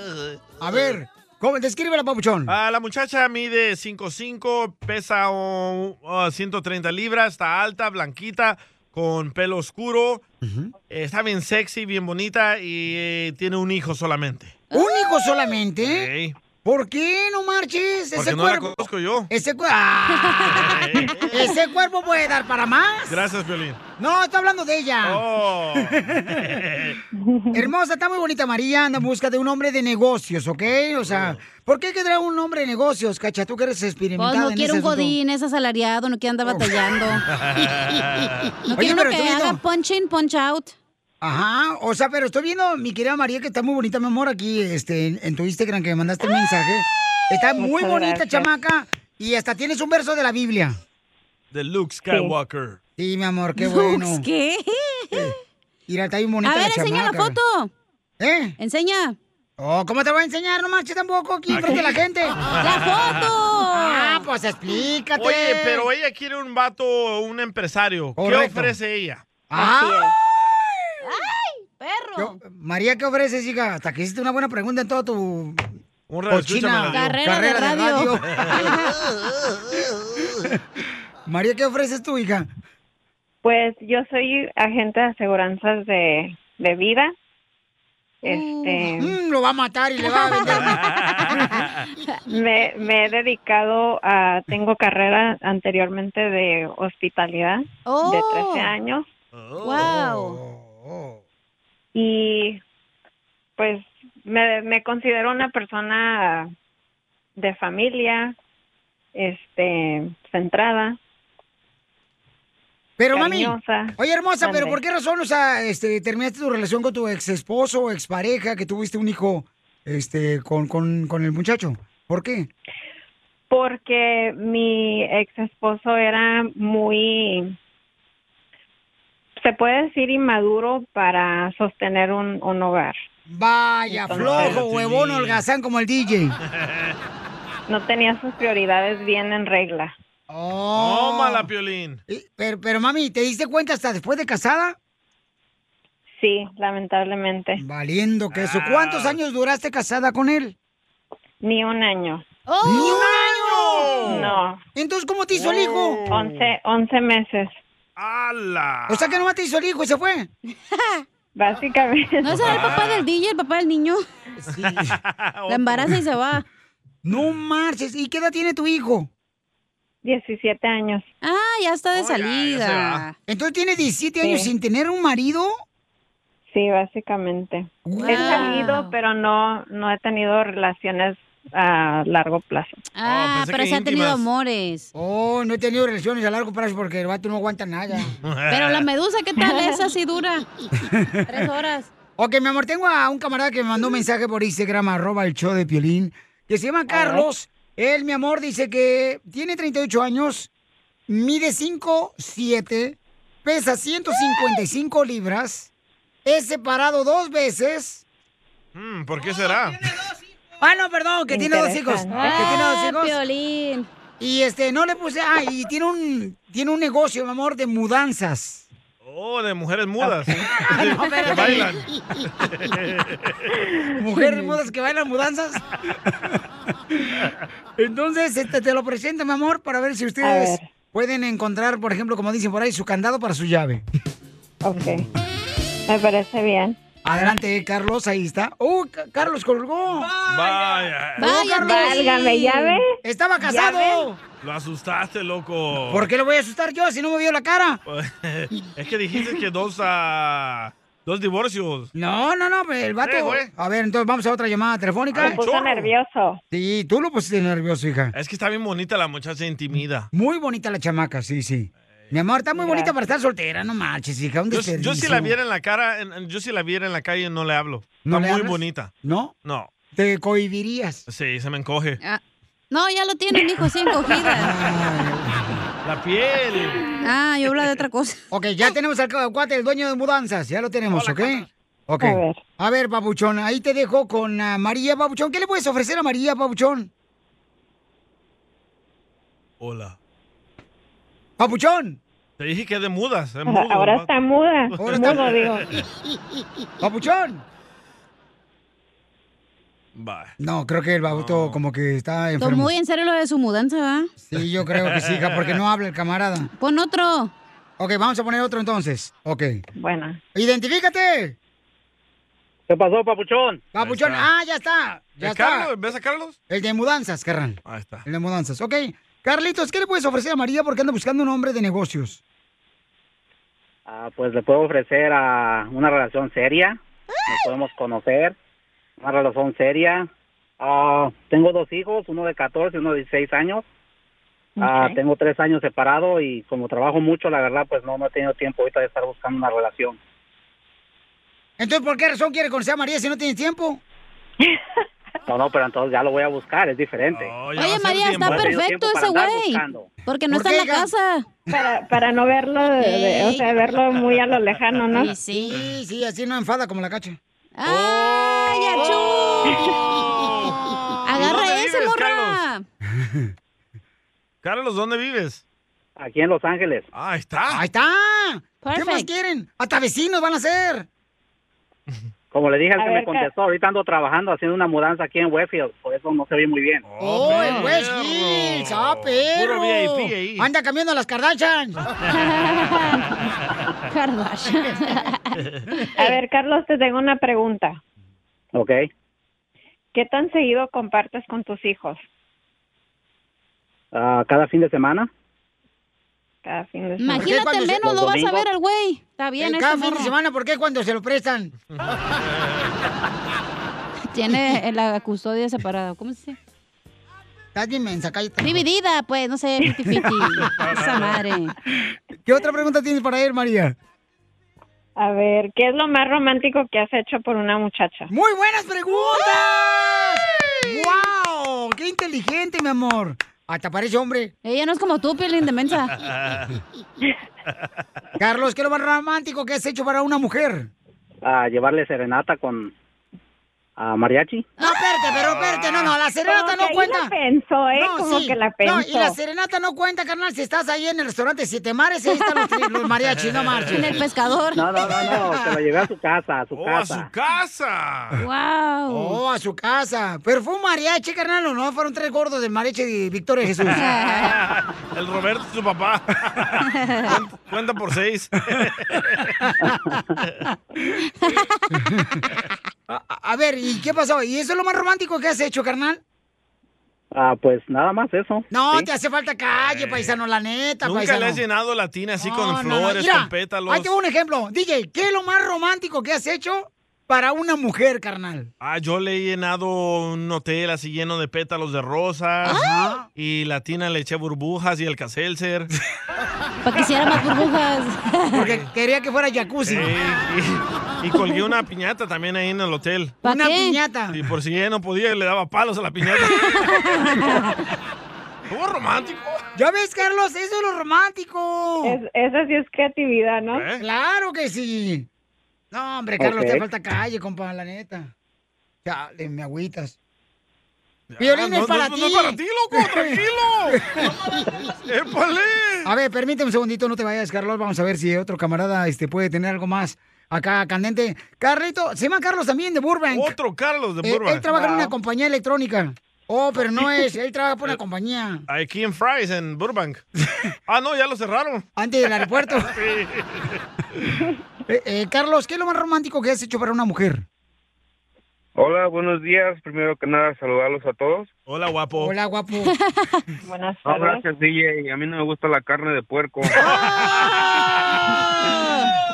A ver, ¿cómo describe la papuchón?
Ah, la muchacha mide 5'5", pesa oh, oh, 130 libras, está alta, blanquita, con pelo oscuro, eh, está bien sexy, bien bonita y eh, tiene un hijo solamente.
¿Un hijo solamente? ¿Por qué no marches?
Porque
Ese
no la
cuerpo.
conozco yo.
Ese, (laughs) cu- ¡Ah! Ese cuerpo puede dar para más.
Gracias, Violín.
No, está hablando de ella.
Oh.
Hermosa, está muy bonita María, anda en busca de un hombre de negocios, ¿ok? O sea,
Oh.
¿por qué querrá un hombre de negocios, cacha? Tú que eres experimentada
Pues no
en
quiero un
ese asunto. Oh.
godín, es asalariado, no quiero andar batallando. No
Oye,
quiero uno
pero
que
estoy viendo-
haga punch in, punch out.
Ajá, o sea, pero estoy viendo, mi querida María, que está muy bonita, mi amor, aquí este, en, en tu Instagram que me mandaste el mensaje. Está muy
Muchas
bonita,
gracias.
chamaca, y hasta tienes un verso de la Biblia.
De Luke Skywalker.
Sí, mi amor,
(laughs)
qué
Lux,
bueno. Eh,
¿Qué?
Mira, está bien bonita
A ver,
la
enseña la
chamaca.
foto.
¿Eh?
Enseña.
Oh, ¿cómo te voy a enseñar? No manches tampoco aquí
Aquí.
enfrente de (laughs) la gente.
¡La foto!
Ah, pues explícate.
Oye, pero ella quiere un vato, o un empresario.
Correcto.
¿Qué ofrece ella?
¡Ah!
¡Ay, perro!
María, ¿qué ofreces, hija? Hasta que hiciste una buena pregunta en toda tu cochina
escúchame, la dio.
Carrera de radio.
(laughs) María, ¿qué ofreces tú, hija?
Pues yo soy agente de aseguranzas de, de vida. Este,
Mm, lo va a matar y le va a
(laughs)
vender. me, me he dedicado a, tengo carrera anteriormente de hospitalidad de
Oh.
13 años
(laughs)
¡Wow!
Oh,
y pues me, me considero una persona de familia, este, centrada.
Pero mami,
Cariñosa.
oye hermosa, pero
Mande.
¿por qué razón, o sea, este, terminaste tu relación con tu ex esposo o expareja que tuviste un hijo, este, con, con, con el muchacho? ¿Por qué?
Porque mi ex esposo era muy, se puede decir, inmaduro para sostener un, un hogar.
Vaya, flojo, huevón, holgazán como el DJ.
No tenía sus prioridades bien en regla.
Oh.
Toma la piolín.
Pero, pero mami, ¿te diste cuenta hasta después de casada?
Sí, lamentablemente.
Valiendo que
Ah.
eso. ¿Cuántos años duraste casada con él?
Ni un año.
¡Ni un año!
No.
Entonces, ¿cómo te hizo el hijo?
11, 11 meses.
Ah. O sea que nomás te hizo el hijo y se fue.
(laughs) Básicamente. Ah.
¿No será el papá del DJ, el papá del niño? (laughs) La embaraza y se va.
No marches. ¿Y qué edad tiene tu hijo?
17 años.
Ah, ya está de
se va.
salida.
Entonces tiene 17
Sí.
años sin tener un marido.
Sí, básicamente. He
Ah.
salido, pero no, no he tenido relaciones a largo plazo.
Ah, pero se ha tenido amores.
Oh, no he tenido relaciones a largo plazo porque el vato no aguanta nada.
Pero (laughs) la medusa, ¿qué tal? Esa sí dura. (laughs) Tres horas.
Ok, mi amor, tengo a un camarada que me mandó un mensaje por Instagram, arroba el show de Piolín, que se llama Carlos. Él, mi amor, dice que tiene 38 años, mide 5'7", pesa 155 libras, es separado dos veces.
Mm, ¿Por qué será?
Ah, no, perdón, que tiene dos hijos.
Interesante.
que tiene dos
Ah,
hijos. Y este, no le puse, ah, y tiene un, tiene un negocio, mi amor, de mudanzas.
Oh, de mujeres mudas.
(laughs) No,
que
espérate.
bailan. (laughs)
(laughs) Mujeres mudas que bailan mudanzas. Entonces, este, te lo presento, mi amor, para ver si ustedes
ver.
pueden encontrar, por ejemplo, como dicen por ahí, su candado para su llave.
Ok. Me parece bien.
Adelante, Carlos, ahí está. ¡Uh, Ca- Carlos colgó!
Vaya.
¡No, Carlos!
Válgame, ¿ya ve?
¡Estaba
¿Ya
casado!
Lo asustaste, loco.
¿Por qué lo voy a asustar yo si no me vio la cara?
(laughs) es que dijiste que dos ah, dos divorcios.
No, no, no, el vato.
Eh, güey.
a ver, entonces vamos a otra llamada telefónica.
Me puso Chorro.
nervioso.
Sí, tú lo pusiste nervioso, hija.
Es que está bien bonita la muchacha intimida.
Muy bonita la chamaca, sí, sí. Mi amor, está muy bonita para estar soltera, no marches, hija. Un
Yo, yo si
desperdicio.
la viera en la cara, en- en- yo si la viera en la calle no le hablo.
¿No
está
le
muy
hablas?
bonita.
¿No? ¿Eh?
No.
¿Te cohibirías?
Sí, se me encoge.
Ah, No, ya lo tiene, mijo, sí, encogida.
Ah,
La piel.
Ah, yo hablaba de otra cosa.
(laughs) Ok, ya tenemos al cu- cuate, el dueño de mudanzas, ya lo tenemos, ¿ok? Ok.
A
A
ver.
ver. Papuchón, ahí te dejo con ah, María, Papuchón. ¿Qué le puedes ofrecer a María, Papuchón?
Hola.
Papuchón.
Te dije que es de mudas. es mudo,
Ahora
vato.
está muda. Mudo, digo.
(laughs) Papuchón.
Bye.
No, creo que el babuto como que está
Tomó
enfermo.
muy en serio lo de su mudanza, ¿va?
Sí, yo creo que sí, hija, porque no habla el camarada.
Pon otro.
Ok, vamos a poner otro entonces. Ok.
Bueno.
¡Identifícate!
¿Qué pasó, papuchón?
Papuchón, ah, ya está. Ya
¿Es
está.
Carlos? ¿Ves a Carlos?
El de mudanzas, carnal.
Ahí está.
El de mudanzas. Ok. Carlitos, ¿qué le puedes ofrecer a María porque anda buscando un hombre de negocios?
Ah, pues le puedo ofrecer a una relación seria. Nos podemos conocer. Una relación seria. Ah, tengo dos hijos, uno de 14 y uno de 16 años. Ah,
Ok.
Tengo tres años separado y como trabajo mucho, la verdad, pues no, no he tenido tiempo ahorita de estar buscando una relación.
Entonces, ¿por qué razón quiere conocer a María si no tiene tiempo?
No, no, pero entonces ya lo voy a buscar, es diferente.
Oye, María, está perfecto ese güey. Porque no está en la casa.
Para, para no verlo, de- de- o
Sí.
sea, verlo muy a lo lejano, ¿no?
Sí, sí. Ah.
Sí, sí, así no enfada como la cacha.
¡Ay, achú!
Oh. ¿Dónde
¡Agarra ese,
vives,
morra!
(laughs) Carlos, ¿dónde vives?
Aquí en Los Ángeles.
Ah, Ahí está.
¡Ahí está!
Perfect.
¿Qué más quieren? ¡Hasta vecinos van a ser!
Como le dije al
A
que
ver,
me contestó, ahorita ando trabajando haciendo una mudanza aquí en Westfield, por eso no se ve muy bien.
(laughs) ¡Oh, el West Hills! ¡Ah, perro!
Puro VIP ahí.
¡Anda cambiando
(laughs)
las Kardashian!
(laughs) A ver, Carlos, te tengo una pregunta.
Ok.
¿Qué tan seguido compartes con tus hijos
Ah, cada fin de semana.
cada fin de semana?
Imagínate, menos
Los
lo vas a
domingos.
ver al güey. Está bien,
Eh,
esa
Cada fin
morra.
de semana, ¿por qué cuando se lo prestan?
Tiene la custodia separada. ¿Cómo se dice?
Estás bien mensa, cállate.
Dividida, pues, no sé, fiti-fiti. Esa madre.
¿Qué otra pregunta tienes para él, María?
A ver, ¿qué es lo más romántico que has hecho por una muchacha?
¡Muy buenas preguntas! ¡Wow! ¡Qué inteligente, mi amor! Hasta parece hombre.
Ella no es como tú, Piolín de mensa.
Ah. (laughs) Carlos, ¿qué es lo más romántico que has hecho para una mujer?
a llevarle serenata con a mariachi.
No, espérate, pero espérate, no, no, la
Como que
serenata no
ahí
cuenta.
la pensó, ¿eh? Como que la
No, y
pensó.
la serenata no cuenta, carnal, si estás ahí en el restaurante Siete Mares, ahí están los, tri- los
(laughs)
mariachis, no marches.
No, no, no,
(laughs)
no, se lo llevé a su casa, Oh, a su casa.
casa!
¡Wow!
Ah. ¡Oh, a su casa! Pero fue un mariachi, carnal, ¿o no? Fueron tres gordos del mariachi de
(laughs)
Victoria (laughs) Jesús.
El Roberto, su
(laughs)
papá. Cuenta por seis.
a, a ver, ¿y qué pasó? ¿Y eso es lo más romántico que has hecho, carnal?
Ah, pues nada más eso.
No,
¿sí?
te hace falta calle, paisano, la neta,
Eh. Nunca
paisano.
le has llenado la tina así
No,
con
no, no.
flores,
Mira,
con pétalos.
Ahí te voy un ejemplo. DJ, ¿qué es lo más romántico que has hecho para una mujer, carnal?
Ah, yo le he llenado un hotel así lleno de pétalos de rosas. Y la tina le eché burbujas y el caselser.
Para que hiciera más burbujas.
Porque quería que fuera jacuzzi.
y, y colgué una piñata también ahí en el hotel.
¿Pa Una qué? piñata.
Y por si ella no podía, le daba palos a la
(laughs)
piñata. ¿Cómo romántico?
¿Ya ves, Carlos? Eso es lo romántico.
Es- esa sí es creatividad, ¿no?
¿Eh?
Claro que sí. No, hombre, Carlos,
Ok.
te falta calle, compa, la neta. Chale, me agüitas.
Ah,
Violín
no,
es
no,
para
no
ti.
es para ti, loco,
(laughs)
tranquilo. ¡Épale!
A ver, permíteme un segundito, no te vayas, Carlos. Vamos a ver si otro camarada este, puede tener algo más acá candente. Carlito, se llama Carlos también de Burbank. Eh,
Otro Carlos de
Él-
Burbank. Ah.
Él, trabaja en una compañía electrónica. Oh,
(laughs)
pero no es. Él trabaja por una compañía.
eh, Aquí en Fries, en Burbank. Ah, no, ya lo cerraron.
Antes del aeropuerto.
(laughs)
(laughs)
Sí.
Eh, eh, Carlos, ¿qué es lo más romántico que has hecho para una mujer?
Hola, buenos días. Primero que nada, saludarlos a todos.
Hola,
Oh.
guapo.
Hola, guapo.
Buenas
No, gracias, DJ. A mí no me gusta la carne de puerco.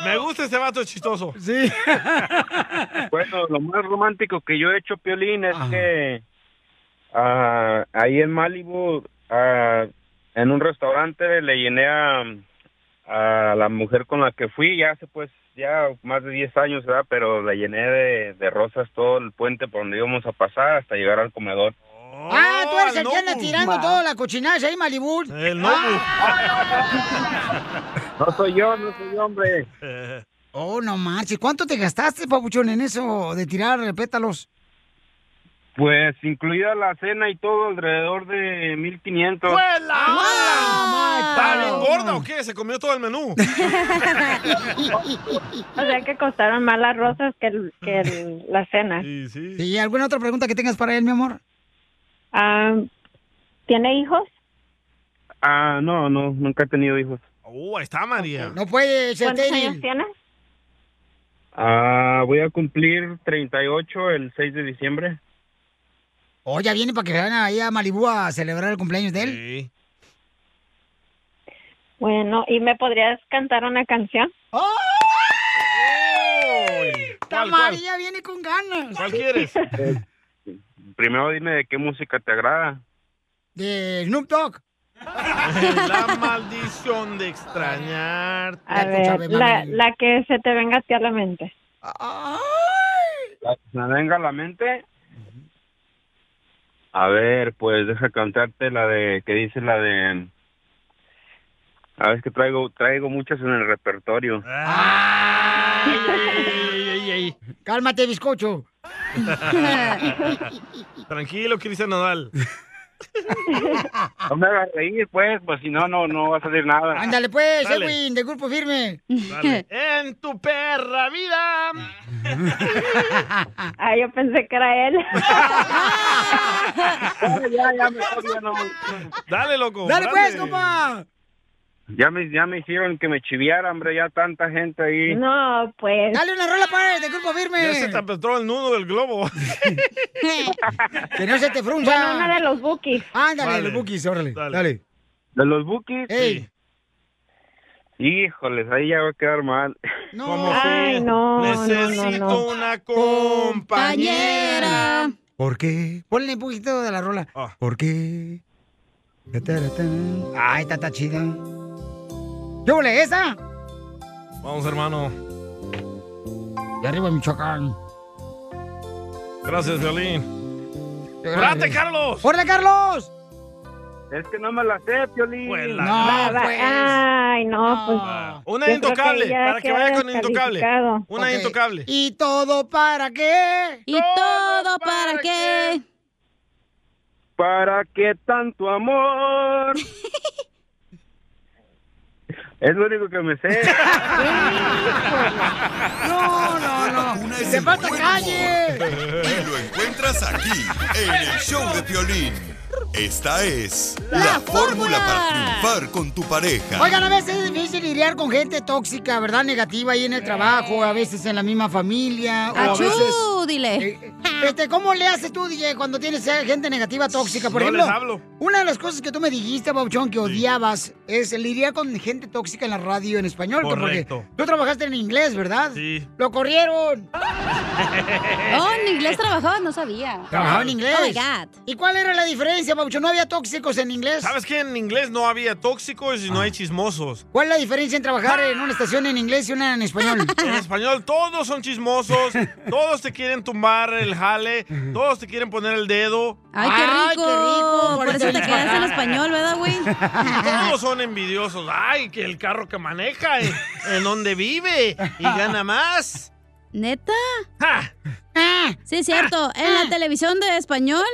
Me gusta este vato chistoso.
(laughs) Sí.
(laughs) bueno, lo más romántico que yo he hecho, Piolín, es que ah, ahí en Malibu, ah, en un restaurante, le llené a, a la mujer con la que fui. Ya hace, pues, ya más de 10 años, ¿verdad? Pero le llené de, de rosas todo el puente por donde íbamos a pasar hasta llegar al comedor.
ah, tú eres el que anda tirando
Ma.
toda la cochinada ahí, Malibú.
El
No soy yo, no soy yo, hombre.
Oh, no marches. ¿Cuánto te gastaste, papuchón, en eso de tirar pétalos?
Pues incluida la cena y todo alrededor de 1500.
Ah,
¿Está bien gorda o qué? Se comió todo el
(laughs)
menú.
O sea que costaron más las rosas que, el- que el- la cena.
Sí, sí.
¿Y alguna otra pregunta que tengas para él, mi amor?
Ah, ¿Tiene hijos?
Ah, no, no, nunca he tenido hijos.
Uh, ahí está María.
No puede ser
¿Cuántos
estéril.
años tienes?
Ah, voy a cumplir 38 el 6 de diciembre.
Oh, ya viene para que vayan ahí a Malibú a celebrar el cumpleaños de él.
Bueno, ¿y me podrías cantar una canción?
¡Oh!
¿Cuál, cuál?
María viene con ganas.
¿Cuál
(laughs)
quieres?
Eh, Primero dime de qué música te agrada.
De Snoop Dogg.
(laughs) La maldición de extrañarte.
A ver, la,
(laughs)
la que se te venga a ti a la mente.
La que me venga a la mente. A ver, pues deja cantarte la de que dice la de A ver es que traigo traigo muchas en el repertorio.
Ah. Cálmate,
(laughs)
bizcocho.
Tranquilo, Cristian
(laughs)
Nadal.
No me hagas reír, pues, pues si no no no va a salir nada.
Ándale, pues,
Dale.
Edwin, de grupo firme.
Dale.
En tu
(laughs)
perra vida.
Ah, yo pensé que era él.
Dale, loco.
Dale, pues,
compa.
Ya me ya me hicieron que me chiviara, hombre, ya tanta gente ahí.
No, pues.
Dale una rola para él, de grupo firme.
Ya se te apretó el nudo del globo.
(laughs) que no se te frunza.
Bueno, una
de los bookies. Ándale,
Vale.
de los bookies, órale. Dale.
De los Bookies. Híjoles, ahí ya va a quedar mal. (laughs)
Como que Necesito una compañera.
¿Por qué?
Ponle un poquito de la rola.
Ah.
¿Por qué? Tataratan.
Ay, está, está chida. ¿Yo le esa?
Vamos, hermano.
De arriba de Michoacán.
Gracias, Violín.
¡Órale, Carlos! ¡Órale, Carlos!
Es que no me la sé, Piolín.
Va, va.
pues.
Ay, no, pues.
Ah.
Una
yo creo
intocable,
ya
para que
queda
vaya con intocable.
descalificado.
Una intocable.
¿Y todo para qué?
¿Y todo para
(laughs)
qué?
¿Para qué tanto
(laughs)
amor? es lo único que me
(laughs)
sé.
(laughs) No, no, no.
es
¡Se
el
falta
buen
(laughs)
calle!
Y lo encuentras aquí, en el show de Piolín. Esta es
La
la,
fórmula.
fórmula para triunfar con tu pareja.
Oigan, a veces es difícil lidiar con gente tóxica, ¿verdad? Negativa ahí en el trabajo, a veces en la misma familia. O a
Achú,
veces,
dile.
este, ¿Cómo le haces tú, DJ, cuando tienes a gente negativa, tóxica? Por
No
ejemplo,
les hablo.
una de las cosas que tú me dijiste, Bauchón, que odiabas, es lidiar con gente tóxica en la radio en español. que
Correcto.
Porque tú trabajaste en inglés, ¿verdad?
Sí.
Lo corrieron.
Oh, en inglés trabajaba, no sabía.
Trabajaba en inglés.
Oh my God.
¿Y cuál era la diferencia, Bauchón? ¿No había tóxicos en inglés? Ah.
¿Sabes qué? En inglés no había tóxicos y no hay Ah. chismosos.
¿Cuál es la diferencia en trabajar en una estación en inglés y una en español?
(laughs) En español todos son chismosos, todos te quieren tumbar el jale, todos te quieren poner el dedo.
Ay, qué rico. Por eso
(laughs)
te quedas en español, ¿verdad, güey?
Todos son envidiosos. Ay, que el carro que maneja, en, en donde vive y gana más.
¿Neta?
Ah,
Sí, es cierto. En la televisión de español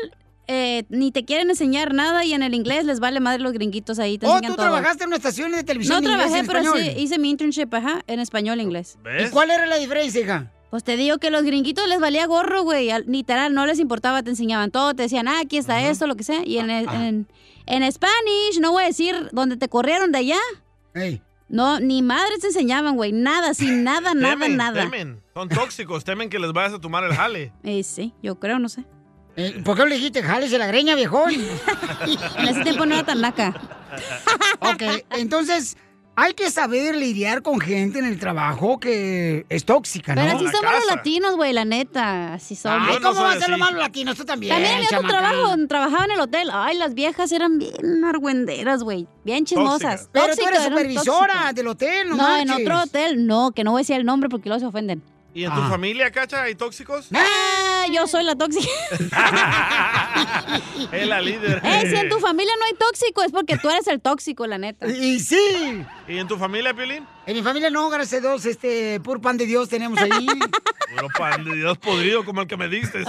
eh, ni te quieren enseñar nada y en el inglés les vale madre los gringuitos ahí. Te
¿O
enseñan
Oh, tú
todo.
trabajaste en una estación de televisión
No
en inglés y
trabajé,
en
pero
español?
sí hice mi internship, ajá, en español e inglés.
¿Y cuál era la diferencia, hija?
Pues te digo que los gringuitos les valía gorro, güey. al- Literal, no les importaba, te enseñaban todo, te decían, ah, aquí está esto, lo que sea. Y en, el- en, en Spanish, no voy a decir donde te corrieron de allá. No, ni madres te enseñaban, güey. Nada, sin
(laughs)
nada, nada,
temen,
nada.
Temen, son tóxicos, temen que les vayas a tomar el jale.
Eh, sí, yo creo, no sé.
Eh, ¿Por qué le dijiste jales de la greña, viejón?
(laughs) en ese tiempo no era tan naca.
Ok, entonces hay que saber lidiar con gente en el trabajo que es tóxica, Ah, ¿no?
Pero así somos los latinos, güey, la neta. Así somos.
Ay, ¿cómo van a ser los malos latinos? Tú también,
También había otro
chamaca.
trabajo, donde trabajaba en el hotel. Ay, las viejas eran bien argüenderas, güey. Bien chismosas.
Pero tú eres
Tóxicas, eran
supervisora
tóxicas.
del hotel, ¿no?
No, en
marches.
otro hotel, no, que no voy a decir el nombre porque luego se ofenden.
¿Y en
Ah.
tu familia, Cacha, hay tóxicos?
Ah, yo soy la
(laughs)
tóxica.
Es la líder.
Eh,
Ey, Eh, si en tu familia no hay tóxico, es porque tú eres el tóxico, la neta.
Y sí.
¿Y en tu familia, Piolín?
En mi familia no, gracias a Dios, este, por pan de Dios tenemos
(laughs)
ahí.
Puro pan de Dios podrido como el que me diste.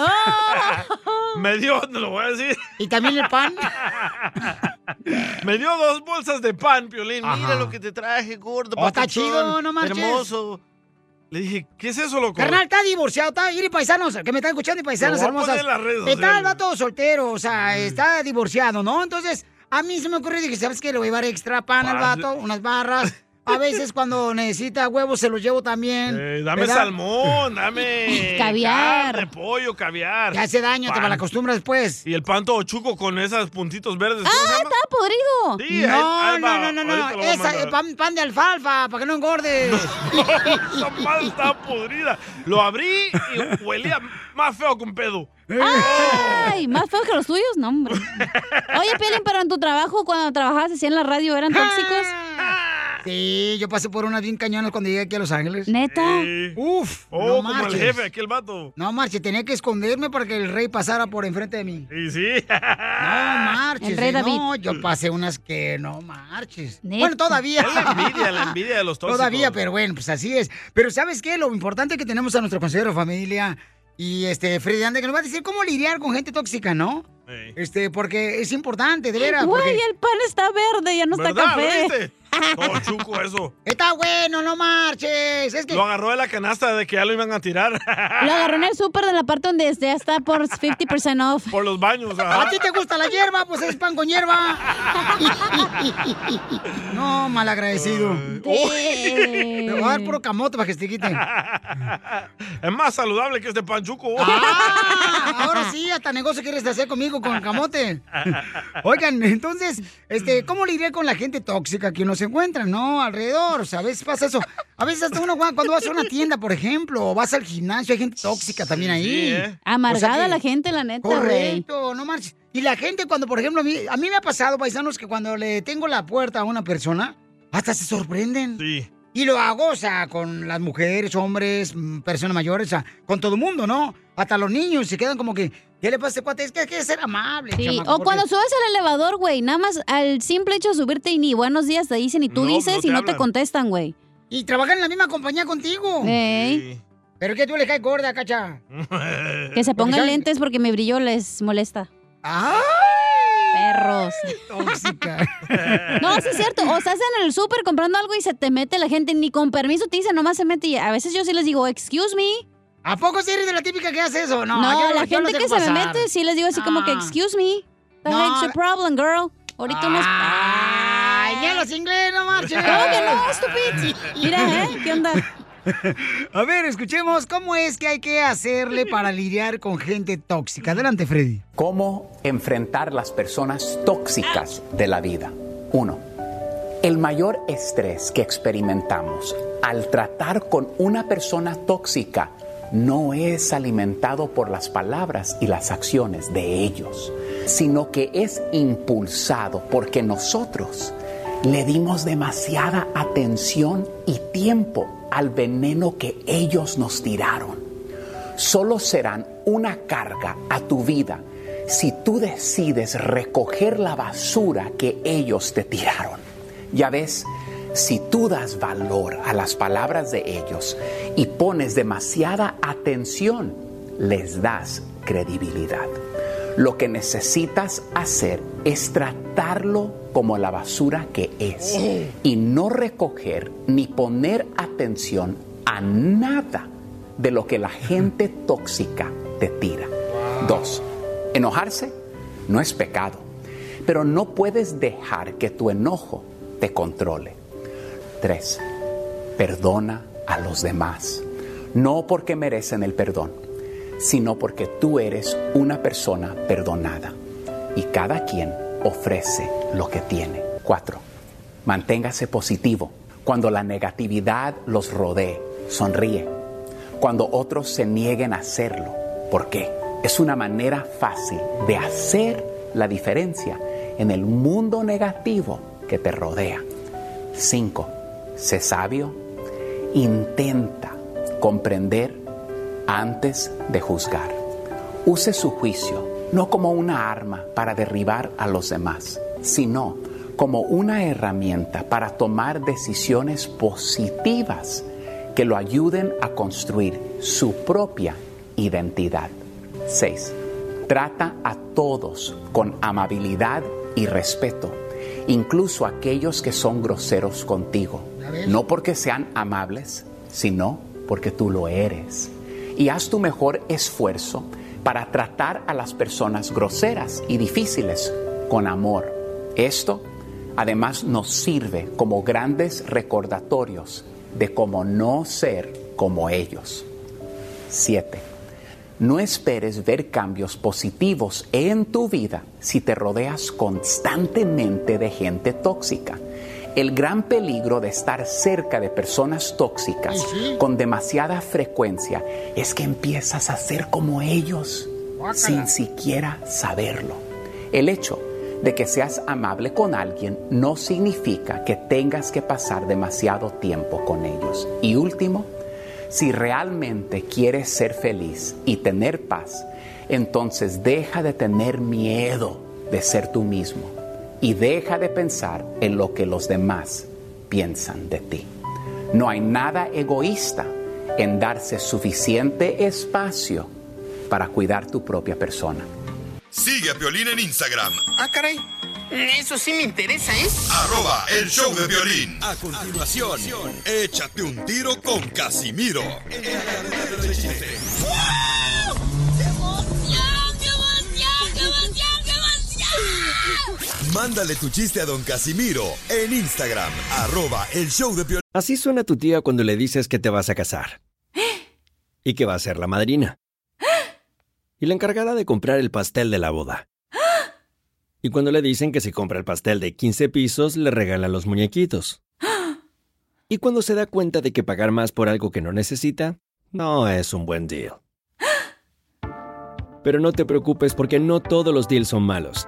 (laughs) me dio, no lo voy a decir.
Oh. ¿Y también el pan?
(laughs) me dio dos bolsas de pan, Piolín.
Ajá.
Mira lo que te traje, gordo.
Oh, está
papachón,
chido, no marches.
Hermoso. Le dije, ¿qué es eso, loco?
Carnal, está divorciado, está ir y paisanos, que me están escuchando y paisanos
Lo voy a
hermosas.
poner en las redes
está
sociales. Mm.
el vato soltero, o sea, está divorciado, ¿no? Entonces, a mí se me ocurrió, dije, ¿sabes qué? Le voy a llevar extra pan al
Pan.
vato, unas barras. A veces cuando necesita huevos se los llevo también.
Eh, dame
¿verdad?
salmón, dame.
(laughs) Caviar.
Eh, carne, pollo, caviar.
Te hace daño, te
Pan.
malacostumbras después.
Y el pan todo chuco con esos puntitos verdes. ¿cómo se
Ah,
llama?
estaba podrido.
Sí,
no,
ahí- ahí va,
no, no, no,
ahorita lo
no,
voy a
esa,
mandar.
eh, pan, pan de alfalfa, para que no
(laughs)
engordes.
Esa madre estaba podrida. Lo abrí y huelía más feo que un pedo.
Eh,
Ay, más feos que los tuyos, no, hombre. Oye, Pielin, pero en tu trabajo, cuando trabajabas así en la radio, ¿eran tóxicos?
Ah. Sí, yo pasé por unas bien cañonas cuando llegué aquí a Los Ángeles.
¿Neta?
Uf,
Oh,
no
como el
marches.
jefe, aquel vato.
No, marche, tenía que esconderme para que el rey pasara por enfrente de mí.
Y sí.
No, marches.
El rey
eh,
David.
No, yo pasé unas que no marches.
Neta.
Bueno, todavía.
Es la envidia, la envidia de los tóxicos.
Todavía, pero bueno, pues así es. Pero ¿sabes qué? Lo importante que tenemos a nuestro consejero de familia y este Freddy Ande, que nos va a decir cómo lidiar con gente tóxica, ¿no? Este, porque es importante, de veras.
Güey,
porque-
el pan está verde, ya no está
¿Verdad? ¿Lo
café.
(laughs)
viste? Todo chuco eso.
Está bueno, no marches. Es que
Lo agarró de la canasta de que ya lo iban a tirar. (laughs)
Lo agarró en el súper de la parte donde ya está por 50% off.
Por los baños.
Ah, a ti te gusta la hierba, pues es pan con hierba. No, malagradecido. Te voy a dar puro camote para que se te quite.
Es más saludable que este panchuco.
Ah, ahora sí, hasta negocio quieres hacer conmigo con camote. Oigan, entonces, este, ¿cómo lidiar con la gente tóxica que uno se encuentra, no? Alrededor, o sea, a veces pasa eso. A veces hasta uno, güey, cuando vas a una tienda, por ejemplo, o vas al gimnasio, hay gente tóxica también ahí.
¿eh?
Amargada
O sea que-
la gente, la neta, güey.
Correcto, no marches. Y la gente cuando, por ejemplo, a mí, a mí me ha pasado, paisanos, que cuando le tengo la puerta a una persona, hasta se sorprenden.
Sí.
Y lo hago, o sea, con las mujeres, hombres, mm, personas mayores, o sea, con todo el mundo, ¿no? Hasta los niños se quedan como que, ¿qué le pasa a este cuate? Es que hay que ser amable.
Sí,
chamaco,
o
porque-
cuando subes al elevador, güey, nada más al simple hecho de subirte y ni buenos días te dicen y tú
No,
dices
no te
y no
hablan.
te contestan, güey.
Y trabajan en la misma compañía contigo. Pero que tú le caes gorda, cacha.
Que se pongan
Porque saben-
lentes porque mi brillo les molesta.
¡Ah!
Perros.
Tóxica.
(laughs) No, sí es
(laughs)
cierto. O estás en el súper comprando algo y se te mete la gente, ni con permiso te dice, nomás se mete. Y a veces yo sí les digo, excuse me.
¿A poco sí eres de la típica que hace eso? No,
No,
yo-
la
yo lo
gente
dejo
que se me
pasar.
mete sí les digo así como que,
Ah.
excuse me. The
No,
heck's your problem, girl? Ahorita unos...
Ay, Ah, ya los ingleses
(laughs)
no marchen.
¿Cómo que no, estúpido? Mira, ¿eh? ¿Qué onda?
A ver, escuchemos cómo es que hay que hacerle para lidiar con gente tóxica. Adelante, Freddy.
¿Cómo enfrentar las personas tóxicas de la vida? Uno, el mayor estrés que experimentamos al tratar con una persona tóxica no es alimentado por las palabras y las acciones de ellos, sino que es impulsado porque nosotros le dimos demasiada atención y tiempo al veneno que ellos nos tiraron solo serán una carga a tu vida si tú decides recoger la basura que ellos te tiraron. Ya ves, si tú das valor a las palabras de ellos y pones demasiada atención, les das credibilidad. Lo que necesitas hacer es tratarlo como la basura que es y no recoger ni poner atención a nada de lo que la gente tóxica te tira. Dos, enojarse no es pecado, pero no puedes dejar que tu enojo te controle. Tres, perdona a los demás, no porque merecen el perdón, sino porque tú eres una persona perdonada y cada quien ofrece lo que tiene. Cuatro, manténgase positivo. Cuando la negatividad los rodee, sonríe. Cuando otros se nieguen a hacerlo, ¿por qué? Es una manera fácil de hacer la diferencia en el mundo negativo que te rodea. Cinco, Sé sabio, intenta comprender antes de juzgar. Use su juicio no como una arma para derribar a los demás, sino como una herramienta para tomar decisiones positivas que lo ayuden a construir su propia identidad. 6. Trata a todos con amabilidad y respeto, incluso aquellos que son groseros contigo. No porque sean amables, sino porque tú lo eres. Y haz tu mejor esfuerzo para tratar a las personas groseras y difíciles con amor. Esto además nos sirve como grandes recordatorios de cómo no ser como ellos. 7. No esperes ver cambios positivos en tu vida si te rodeas constantemente de gente tóxica. El gran peligro de estar cerca de personas tóxicas con demasiada frecuencia es que empiezas a ser como ellos sin siquiera saberlo. El hecho de que seas amable con alguien no significa que tengas que pasar demasiado tiempo con ellos. Y último, si realmente quieres ser feliz y tener paz, entonces deja de tener miedo de ser tú mismo y deja de pensar en lo que los demás piensan de ti. No hay nada egoísta en darse suficiente espacio para cuidar tu propia persona.
Sigue a Piolín en Instagram,
Ah, caray. Eso sí me interesa, ¿eh?
arroba el show de Piolín. A continuación, échate un tiro con Casimiro. Mándale tu chiste a don Casimiro en Instagram, arroba el show de Piolín.
Así suena tu tía cuando le dices que te vas a casar. Y que va a ser la madrina. Y la encargada de comprar el pastel de la boda. Y cuando le dicen que si compra el pastel de 15 pisos, le regalan los muñequitos. Y cuando se da cuenta de que pagar más por algo que no necesita, no es un buen deal. Pero no te preocupes porque no todos los deals son malos.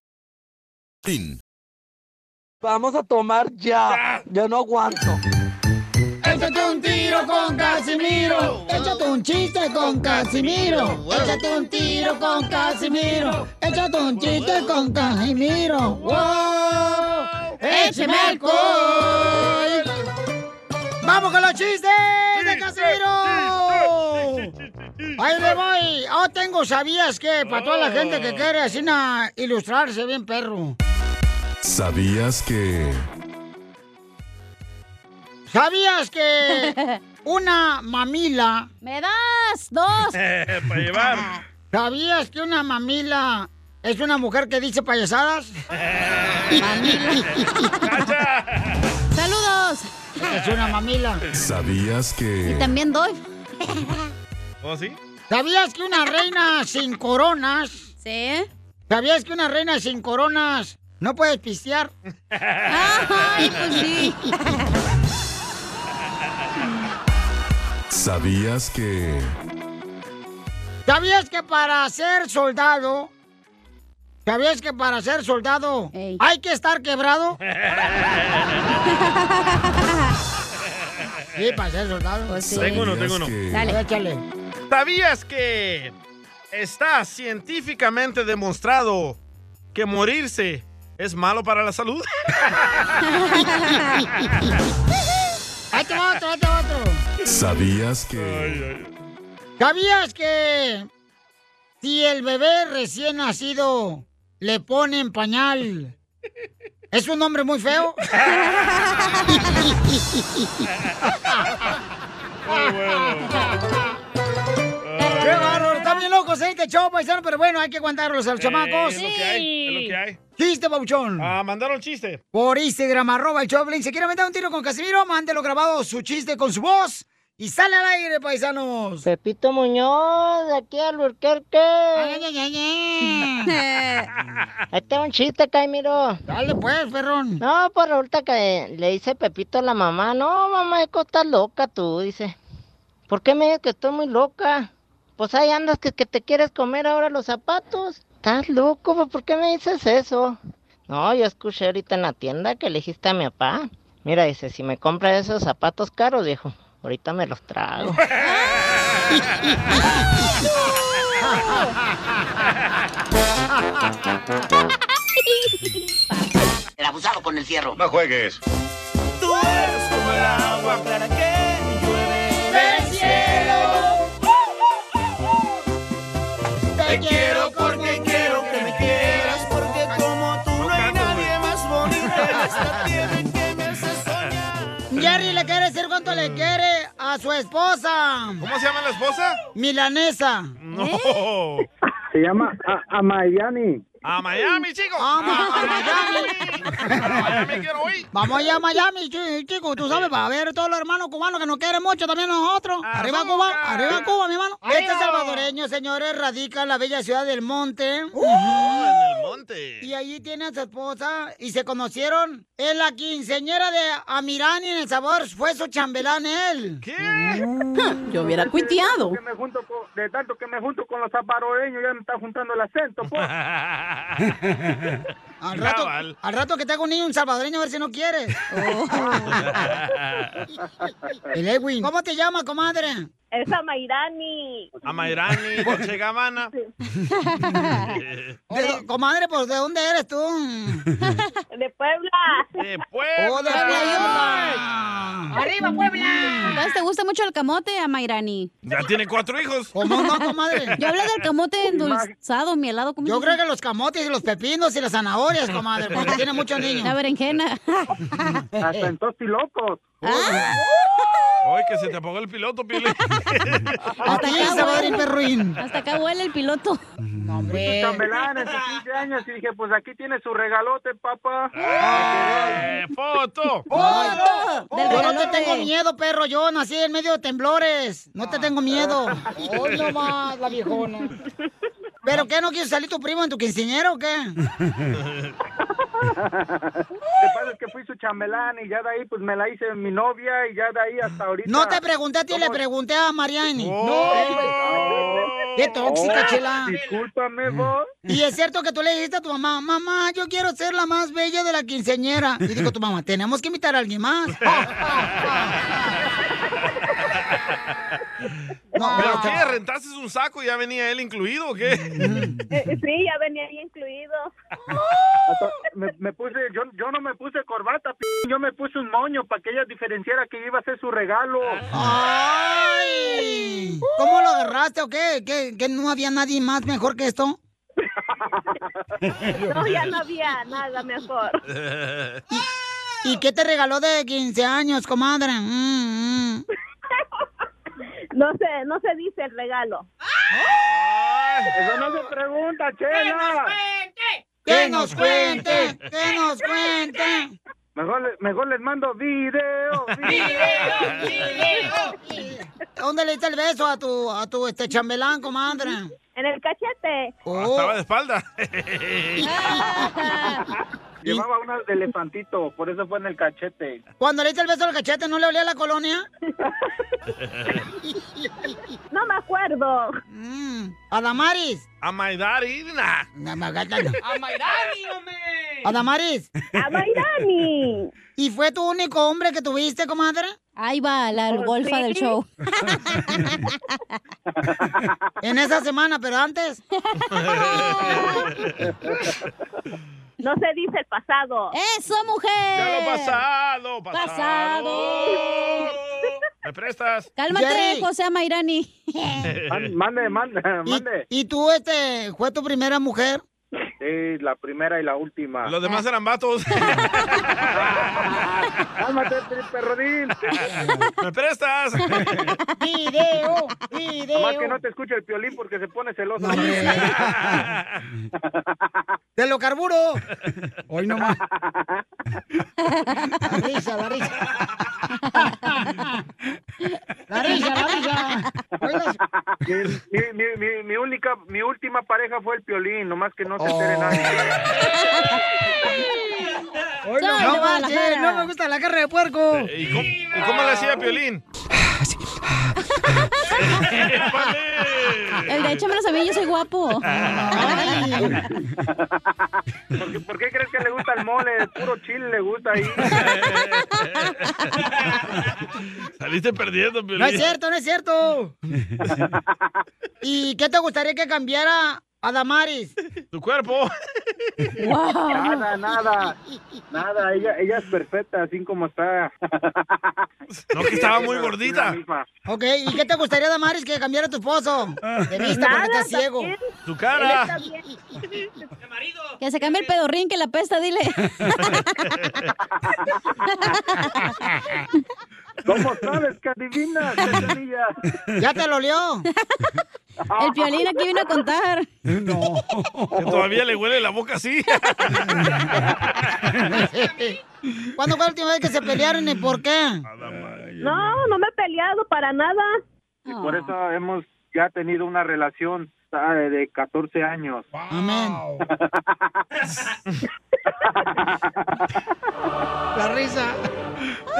Vamos a tomar ya. Yo no aguanto.
Échate un tiro con Casimiro. Échate un chiste con Casimiro. Échate un tiro con Casimiro. Échate un chiste con Casimiro. ¡Wow! ¡Écheme alcohol! ¡Vamos con los chistes de Casimiro! Ahí le voy. Oh, tengo, ¿sabías que Para toda la gente que quiere así na, ilustrarse bien, perro.
¿Sabías que...
¿Sabías (laughs) que una mamila...
¡Me das
(laughs)
dos!
(laughs) Para llevar.
¿Sabías que una mamila es una mujer que dice payasadas? (laughs)
¡Saludos!
Es una mamila.
¿Sabías
Y
que...
también doy.
¿Oh, sí?
¿Sabías que una reina sin coronas?
Sí.
¿Sabías que una reina sin coronas no puede pistear?
Ay, pues sí.
pues.
(laughs)
¿Sabías que...
¿Sabías que para ser soldado... ¿Sabías que para ser soldado hay que estar quebrado? Sí, para ser soldado.
Pues
Tengo uno, tengo uno.
Dale. Échale. (laughs)
¿Sabías que está científicamente demostrado que morirse es malo para la
(laughs)
salud?
Ahí te va otro, ahí te va otro.
¿Sabías que...
¿Sabías que si el bebé recién nacido le ponen pañal, es un hombre muy
(laughs)
feo? ¡Qué bárbaro! Están bien locos, ¿eh? Este show, paisano, pero bueno, hay que aguantarlos a los chamacos.
Es lo que hay, es lo que hay.
Chiste, Pauchón.
Ah, mandaron chiste.
Por Instagram, arroba el Choplin. ¿Se quiere meter un tiro con Casimiro? Mándelo grabado su chiste con su voz. Y sale al aire, paisanos.
Pepito Muñoz, de aquí al Burquerque.
Ay, ay, ay, ay.
(laughs) Ahí tengo un chiste, Caimiro.
Dale, pues, perrón.
No, pues ahorita que le dice Pepito a la mamá, no, mamá, Eco, estás loca tú, dice. ¿Por qué me dices que estoy muy loca? Pues ahí andas que, que te quieres comer ahora los zapatos. Estás loco, pues, ¿por qué me dices eso? No, yo escuché ahorita en la tienda que le dijiste a mi papá. Mira, dice, si me compras esos zapatos caros, viejo, ahorita me los
(laughs)
trago.
El abusado con el cierro.
No juegues.
Tú eres como el agua clara que llueve
del cielo.
Te quiero porque quiero que me quieras, porque como tú no hay nadie más bonito en esta tierra que me hace soñar.
Jerry le quiere decir cuánto le quiere a su esposa.
¿Cómo se llama la esposa?
Milanesa.
No.
(laughs) Se llama a, a Miami.
A Miami, chicos.
Vamos a Ah, Miami. Vamos allá a Miami, chi- chicos. Tú sabes, para ver todos los hermanos cubanos que nos quieren mucho también nosotros.
Ah,
Arriba Cuba, arriba Cuba, mi hermano. Este
Arriba.
salvadoreño, señores, radica en la bella ciudad del Monte.
Uh, en el monte.
Y allí tiene a su esposa y se conocieron. Es la quinceñera de Amirani en El Sabor. Fue su chambelán él. ¿Qué?
(laughs)
Ah,
Yo hubiera cuiteado.
Que me junto con- de tanto que me junto con los zaparoreños, ya me está
(laughs)
juntando el acento, pues. po.
Al rato, al rato que te haga un niño un salvadoreño a ver si no
(laughs)
quieres. El Edwin. ¿Cómo te llamas, comadre?
Es Amairani.
A
(laughs)
Mayrani, Dolce Gabbana.
De- comadre, pues, ¿de dónde eres tú?
De Puebla.
De Puebla.
Oh, de Puebla.
¡Arriba, Puebla! Entonces, ¿te gusta mucho el camote, Amairani?
Ya tiene cuatro hijos.
¿Cómo no, comadre?
(laughs) Yo hablé del camote endulzado, mielado. ¿cómo
Yo
se
creo
dice?
que los camotes y los pepinos y las zanahorias, comadre, porque tiene muchos niños.
La
(laughs)
berenjena.
Hasta en tostilocos.
Ah.
Ay, que se te apagó el piloto,
(laughs)
Piolín.
Hasta acá huele-
Perruín.
Hasta acá huele el piloto.
Fui su chambelán en sus 15 años y dije, pues aquí tienes su regalote, papá.
Eh, ¡Foto!
Ay,
Del
Yo no te
regalote.
tengo miedo, perro. Yo nací en medio de temblores. No te tengo miedo. Hoy no más, la viejona. ¿Pero qué? ¿No quiso salir tu primo en tu quinceañera o qué?
(laughs)
Lo que pasa es que fui su chambelán y ya de ahí pues me la hice mi novia y ya de ahí hasta ahorita.
No te pregunté a ti, le pregunté a Mariani. No. Qué tóxica,
Oh,
chela. Mm.
Discúlpame, vos.
Y es cierto que tú le dijiste a tu mamá, mamá, yo quiero ser la más bella de la quinceañera. Y dijo tu mamá, tenemos que invitar a alguien más.
¿Pero
Ah.
qué? ¿Rentaste un saco y ya venía él incluido o qué?
Mm.
Eh, Sí, ya venía ahí incluido.
Hasta me, me puse, yo, yo no me puse corbata, p yo me puse un moño para que ella diferenciara que iba a ser su regalo.
¡Ay! ¿Cómo lo agarraste o qué? ¿Que, que no había nadie más mejor que esto?
(laughs) No, ya no había nada mejor.
¿Y qué te regaló de 15 años, comadre? Mm, mm.
No se, no se dice el regalo.
Eso no se pregunta, chela.
¡Que nos cuente! ¡Que nos cuente!
Mejor, le- mejor les mando video.
¿Dónde le diste el beso a tu, a tu este, chambelán, comadre?
En el cachete.
Ah,
Oh.
Estaba de espalda.
(laughs) Llevaba una de elefantito, por eso fue en el
(laughs)
cachete.
Cuando le diste el beso al cachete, ¿no le olía la colonia?
(laughs) No me acuerdo.
Mm, Adamaris.
A my daddy, nah. (laughs)
Adamaris. Amairani. ¿Y fue tu único hombre que tuviste, comadre?
Ahí va la
Pues
golfa del
(laughs)
(laughs)
show.
en esa semana,
(laughs)
pero antes.
No se dice el pasado.
¡Eso, mujer!
Ya lo pasado, pasado. (laughs) ¿Me prestas?
Cálmate,
Jerry.
José Amairani.
Mande, mande, mande.
¿Y tú, este, fue tu
(laughs)
primera mujer?
Sí, la primera y la última.
Los demás eran
(laughs)
vatos.
Cálmate, perrodín.
¿Me
(laughs)
prestas?
Video, video.
Más que no te escuche el piolín porque se pone celoso.
¡Te lo carburo! Hoy nomás. La risa, la risa. La risa, la risa.
mi, mi- mi- mi- mi única, mi última pareja fue el piolín, nomás que no se
Oh.
entere nadie.
Hoy
nomás.
no, marches, no me gusta la carne de puerco.
Eh, ¿Y cómo, y cómo le hacía Piolín? (laughs)
El de échamelos a mí, yo soy guapo.
(laughs)
¿Por qué, por qué crees que le gusta el mole? Puro chile le gusta ahí.
Saliste perdiendo, Piolín.
No es cierto, no es cierto. ¿Y qué te gustaría que cambiara Adamaris?
Tu cuerpo.
Nada, nada, (laughs) nada. Ella, ella es perfecta, así como está.
(laughs) No, que estaba muy gordita.
Ok, ¿y qué te gustaría, Damaris, que cambiara tu esposo? De vista,
Nada,
porque estás ciego.
también.
Tu
(laughs)
Que se cambie el pedorrín, que la pesta, dile.
¿Cómo sabes que adivinas, Cachanilla?
¡Ya te lo olió!
El piolín aquí vino a contar.
No. (laughs) Que todavía le huele la boca
(laughs)
así.
¿Cuándo fue la última vez que se pelearon y por qué?
No, no me he peleado para nada. Ah.
Y por eso hemos ya tenido una relación ¿sabe? de 14 años.
Amén. La risa.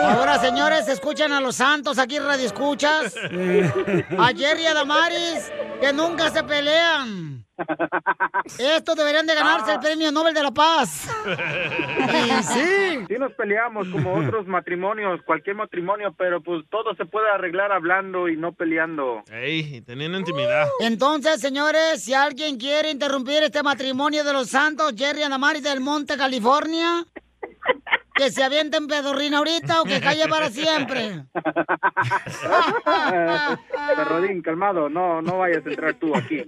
Ahora, señores, escuchan a los santos aquí en Radio Escuchas. A Jerry y a Damaris, que nunca se pelean. Estos deberían de ganarse el premio Nobel de la Paz.
Sí, sí. nos peleamos como otros matrimonios, cualquier matrimonio, pero pues todo se puede arreglar hablando y no peleando.
Ey, y teniendo intimidad.
Uh. Entonces, señores, si alguien quiere interrumpir este matrimonio de los santos, Jerry y Damaris del Monte, California, que se avienten pedorrina ahorita o que calle para siempre.
Perrodín, calmado, no, no vayas a entrar tú aquí.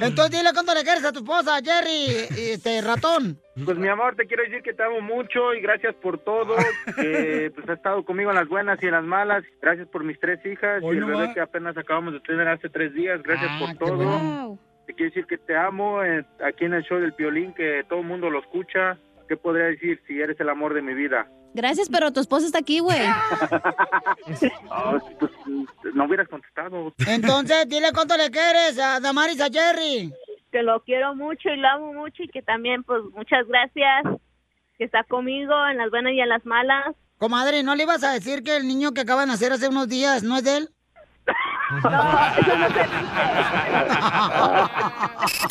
Entonces dile cuánto le quieres a tu esposa, Jerry, este ratón.
Pues mi amor, te quiero decir que te amo mucho y gracias por todo. que pues has estado conmigo en las buenas y en las malas. Gracias por mis tres hijas
Hoy
y el
no
bebé
va.
que apenas acabamos de tener hace tres días. Gracias
Ah,
por
qué
(laughs)
todo.
bueno.
Te quiero decir que te amo eh, aquí en el show del violín, que todo el mundo lo escucha. ¿Qué podría decir si eres el amor de mi vida?
Gracias, pero tu esposa está aquí, güey.
Ah, pues, no hubieras contestado.
Entonces, dile cuánto le quieres a Damaris a Jerry.
Que lo quiero mucho y lo amo mucho y que también, pues, muchas gracias que está conmigo en las buenas y en las malas.
Comadre, ¿no le ibas a decir que el niño que acaba de nacer hace unos días no es de él?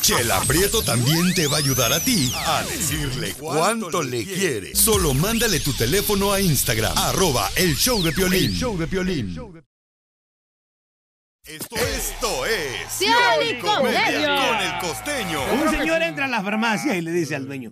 Chela Prieto también te va a ayudar a ti a decirle cuánto le quiere. Solo mándale tu teléfono a Instagram, arroba el show de Piolín.
El
show de Esto, esto es...
Pioli Comedia.
Con el costeño.
Un señor entra a la farmacia y le dice al dueño,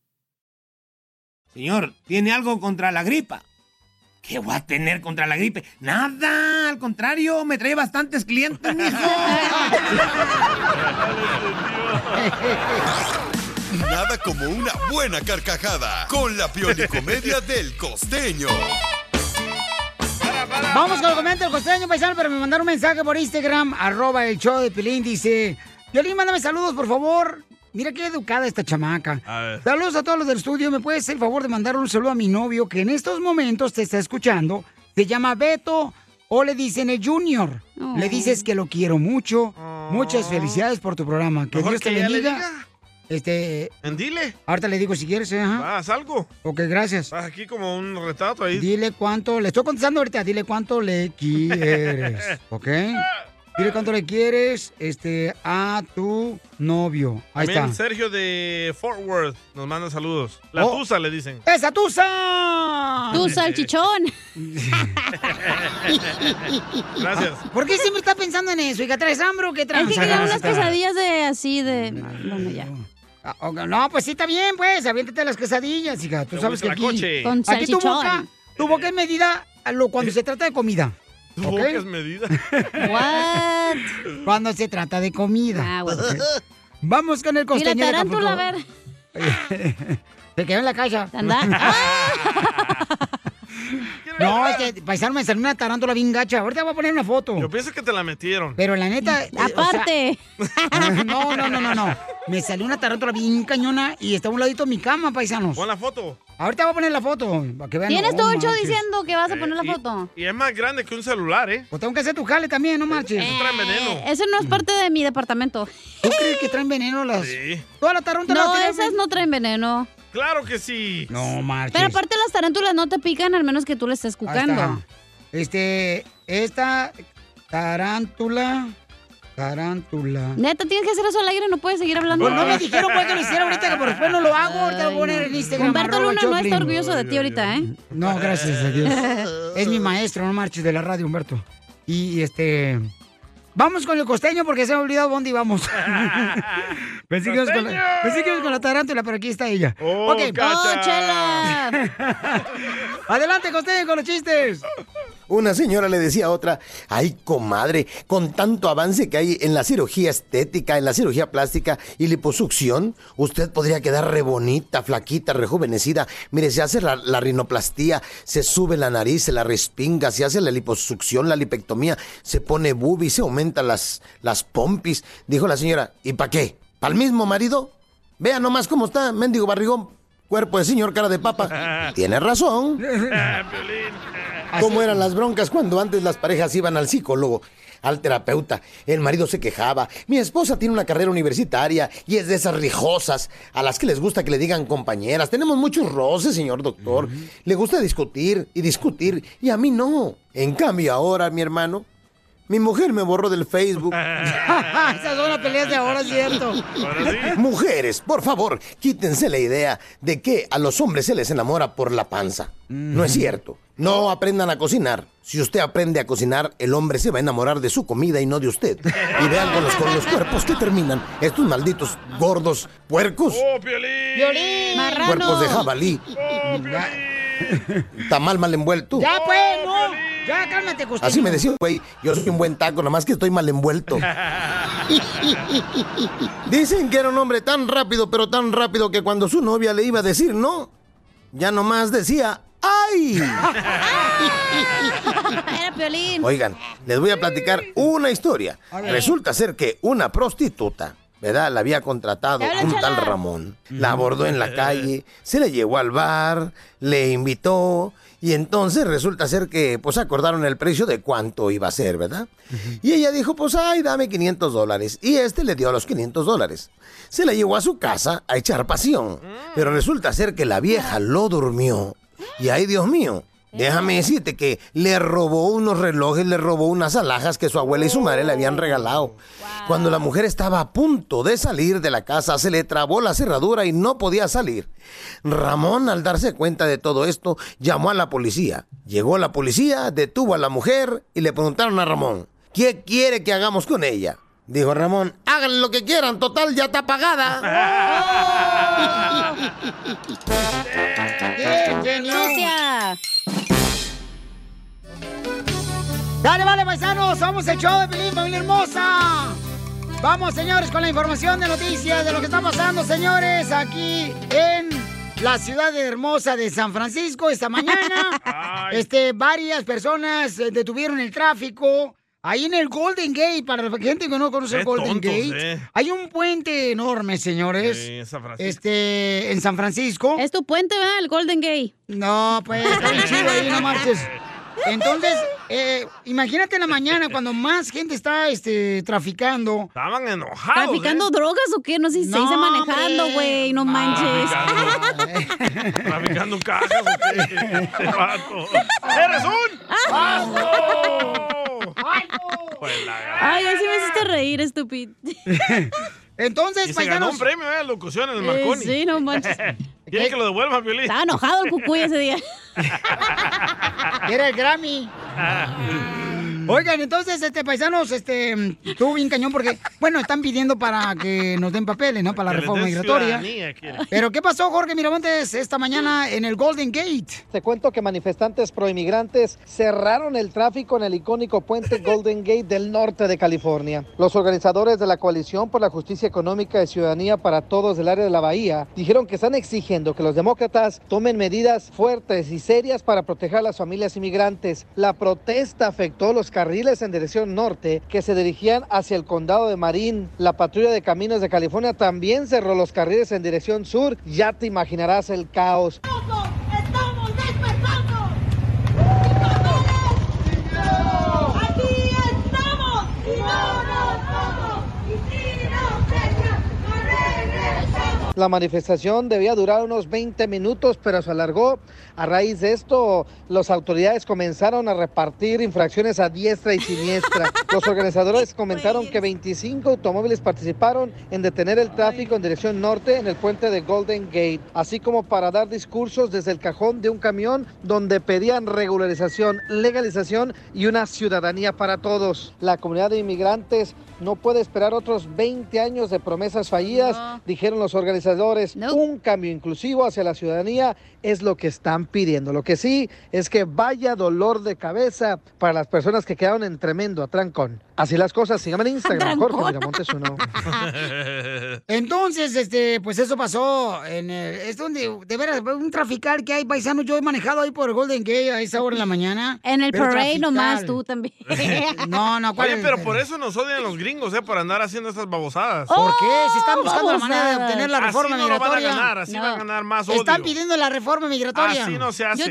señor, ¿tiene algo contra la gripa? ¿Qué voy a tener contra la gripe? Nada, al contrario, me trae bastantes clientes, mijo.
Nada como una buena carcajada con la piolicomedia del costeño.
Vamos con el comentario del costeño paisano, pero me mandaron un mensaje por Instagram, arroba el show de Pilín, dice, Violín, mándame saludos, por favor. Mira qué educada esta chamaca.
A ver.
Saludos a todos los del estudio. ¿Me puedes hacer el favor de mandar un saludo a mi novio que en estos momentos te está escuchando? Se llama Beto o le dicen el Junior. Le dices que lo quiero mucho. Muchas felicidades por tu programa. Que
Mejor
Dios te
que ella le
bendiga.
diga.
Este.
Dile.
Ahorita le digo si quieres, ¿eh? ajá.
Ah, salgo.
Ok, gracias.
Estás aquí como un retrato ahí.
Dile cuánto. Le estoy contestando ahorita. Dile cuánto le quieres.
(laughs)
¿Ok? Dile cuánto le quieres este, a tu novio. Ahí
También
está.
Sergio de Fort Worth nos manda saludos. La
Oh.
Tusa le
(laughs)
dicen.
¡Esa tusa!
Tu salchichón.
Gracias. ¿Por qué siempre está pensando en eso? ¿Y que traes hambre o qué traes?
Es que quería unas quesadillas de así, de... Bueno, ya.
Ah, ok, No, pues sí, está bien, pues. Aviéntate las quesadillas, hija. Tú
Me
sabes que
gusta
aquí,
la coche. Eh. Con
aquí tu
salchichón.
boca, tu boca es medida a lo, cuando se trata de comida.
Tu
¿ok?
boca es medida.
(laughs)
What? Cuando se trata de comida. Ok. Vamos con el
Y Ah, la
costeño de
tarántula, a
Acapulco.
ver.
Te quedó en la casa. (laughs)
Anda.
no, es que paisano me salió una tarántula bien gacha. Ahorita voy a poner una foto.
Yo pienso que te la metieron.
(laughs)
Pero la neta. eh, o sea-
Aparte.
no, no, no, no, no. Me salió una tarántula bien cañona y está a un ladito de mi cama, paisanos.
Pon la foto.
Ahorita voy a poner la foto para que vean.
Tienes
No
todo el show
marches.
diciendo que vas a
Eh,
poner
y-
la foto.
Y es más grande que un celular, ¿eh?
Pues tengo que hacer tu jale también, no marches.
Eso trae veneno.
Eso no es parte de mi departamento.
¿Tú crees que traen veneno las...
Sí.
Todas las tarántulas
No,
tienen-
esas no traen veneno.
Claro que sí.
No marches.
Pero aparte las tarántulas no te pican al menos que tú le estés
Ah, Ahí está.
cucando.
Este, esta tarántula, tarántula.
Neta, tienes que hacer eso al aire, no puedes seguir hablando.
Pues no me dijeron pues, que lo hiciera ahorita, pero después no lo hago, ahorita lo voy a poner en Instagram,
Humberto
arroba
Luna no
Choplin.
está orgulloso de ti ahorita, ¿eh?
(laughs)
No, gracias a Dios. Es mi maestro, no marches, de la radio, Humberto. Y, y este... Vamos con el costeño porque se me ha olvidado dónde
(laughs)
íbamos. pensé, que íbamos con la,
¡Costeño!
pensé que íbamos con la tarántula, pero aquí está ella.
¡Oh,
Ok.
cacha! ¡Oh,
Adelante, costeño, con los chistes.
Una señora le decía a otra, ay comadre, con tanto avance que hay en la cirugía estética, en la cirugía plástica y liposucción, usted podría quedar re bonita, flaquita, rejuvenecida. Mire, se hace la, la rinoplastía, se sube la nariz, se la respinga, se hace la liposucción, la lipectomía, se pone bubi, se aumentan las, las pompis. Dijo la señora, ¿y para qué? ¿Para el mismo marido? Vea nomás cómo está, mendigo barrigón, cuerpo de señor, cara de papa. Tiene razón. ¿Cómo eran las broncas cuando antes las parejas iban al psicólogo, al terapeuta? El marido se quejaba. Mi esposa tiene una carrera universitaria y es de esas rijosas a las que les gusta que le digan compañeras. Tenemos muchos roces, señor doctor. Le gusta discutir y discutir y a mí no. En cambio ahora, mi hermano, mi mujer me borró del Facebook.
Esas son las peleas de ahora,
¡Oh,
¿cierto?
Mujeres, por favor, quítense la idea de que a los hombres se les enamora por la panza. No es cierto. No aprendan a cocinar. Si usted aprende a cocinar, el hombre se va a enamorar de su comida y no de usted. Y vean con los, con los cuerpos que terminan estos malditos gordos puercos,
Violín.
cuerpos de jabalí, tamal mal envuelto.
Ya, pues,
¡Oh,
no. Ya, cálmate, costeño.
Así me decía un güey, yo soy un buen taco, nomás que estoy mal
(laughs)
envuelto. Dicen que era un hombre tan rápido, pero tan rápido que cuando su novia le iba a decir no, ya nomás decía,
(laughs)
¡ay!
(laughs) Era Piolín.
Oigan, les voy a platicar una historia. Resulta ser que una prostituta, ¿verdad? La había contratado
Habla,
un tal
chala.
Ramón. La abordó en la calle, se la llevó al bar, le invitó. Y entonces resulta ser que, pues, acordaron el precio de cuánto iba a ser, ¿verdad? Y ella dijo, pues, ay, dame 500 dólares. Y este le dio los 500 dólares. Se la llevó a su casa a echar pasión. Pero resulta ser que la vieja lo durmió. Y ay, Dios mío, déjame decirte que le robó unos relojes, le robó unas alhajas que su abuela y su madre le habían regalado. Cuando la mujer estaba a punto de salir de la casa, se le trabó la cerradura y no podía salir. Ramón, al darse cuenta de todo esto, llamó a la policía. Llegó la policía, detuvo a la mujer y le preguntaron a Ramón, ¿qué quiere que hagamos con ella? Dijo Ramón, háganle lo que quieran, total, ya está
(laughs)
pagada.
¡Sucia!
Dale, vale, paisanos. Somos el show de Pelín, familia hermosa. Vamos, señores, con la información de noticias de lo que está pasando, señores, aquí en la ciudad hermosa de San Francisco
(laughs)
esta mañana. este, varias personas eh, detuvieron el tráfico. Ahí en el Golden Gate, para la gente que no conoce
Qué
el Golden
tontos,
Gate,
eh.
hay un puente enorme, señores.
Sí, en San Francisco.
Este, en San Francisco.
Es tu puente, ¿verdad? El Golden Gate.
No, pues, está bien chido ahí, no marches. Entonces, eh, imagínate en la mañana cuando más gente está este, traficando.
Estaban enojados.
¿Traficando drogas o qué? No sé si se
No,
dice manejando,
hombre.
güey. No manches.
¿eh? Traficando cajas. ¿o qué? Este vato. ¡Eres un!
Pues Ay, así me hiciste reír, estúpido.
Entonces,
Y se ganó un premio, ¿eh? Locución en el
Eh,
Marconi.
sí,
(laughs)
no manches.
Quiere que lo devuelva,
Ah.
Violín.
Estaba enojado el cucuy ese día.
(laughs) Era el Grammy. Oigan, entonces, este, paisanos, este, tú bien cañón porque, bueno, están pidiendo para que nos den papeles, ¿no? Para la
Que les
reforma
den
migratoria.
ciudadanía, quiere.
Pero, ¿qué pasó, Jorge Miramontes, esta mañana en el Golden Gate?
Te cuento que manifestantes proinmigrantes cerraron el tráfico en el icónico puente Golden Gate del norte de California. Los organizadores de la Coalición por la Justicia Económica y Ciudadanía para Todos del área de la Bahía dijeron que están exigiendo que los demócratas tomen medidas fuertes y serias para proteger a las familias inmigrantes. La protesta afectó los calles carriles en dirección norte que se dirigían hacia el condado de Marín. La patrulla de caminos de California también cerró los carriles en dirección sur. Ya te imaginarás el caos. La manifestación debía durar unos 20 minutos, pero se alargó. A raíz de esto, las autoridades comenzaron a repartir infracciones a diestra y siniestra. Los organizadores comentaron que 25 automóviles participaron en detener el tráfico en dirección norte en el puente de Golden Gate, así como para dar discursos desde el cajón de un camión donde pedían regularización, legalización y una ciudadanía para todos. La comunidad de inmigrantes no puede esperar otros 20 años de promesas fallidas,
No.
dijeron los organizadores. Un cambio inclusivo hacia la ciudadanía es lo que están pidiendo. Lo que sí es que vaya dolor de cabeza para las personas que quedaron en tremendo atrancón. Así las cosas, síganme en Instagram, Jorge Miramontes
(laughs)
uno.
Entonces, este, pues eso pasó. En el- es donde, de veras, un trafical que hay paisano. Yo he manejado ahí por el Golden Gate a esa hora de la mañana.
En el
Pero
parade
trafical.
nomás tú también.
No, no, ¿cuál
Oye,
es?
pero por eso nos odian los gringos, ¿eh? Por andar haciendo estas babosadas.
¿Por qué? Si
Oh,
están buscando la manera de obtener la reforma
así
migratoria.
No lo van a ganar, así van a ganar más odio.
Están pidiendo la reforma migratoria.
Así no se hace.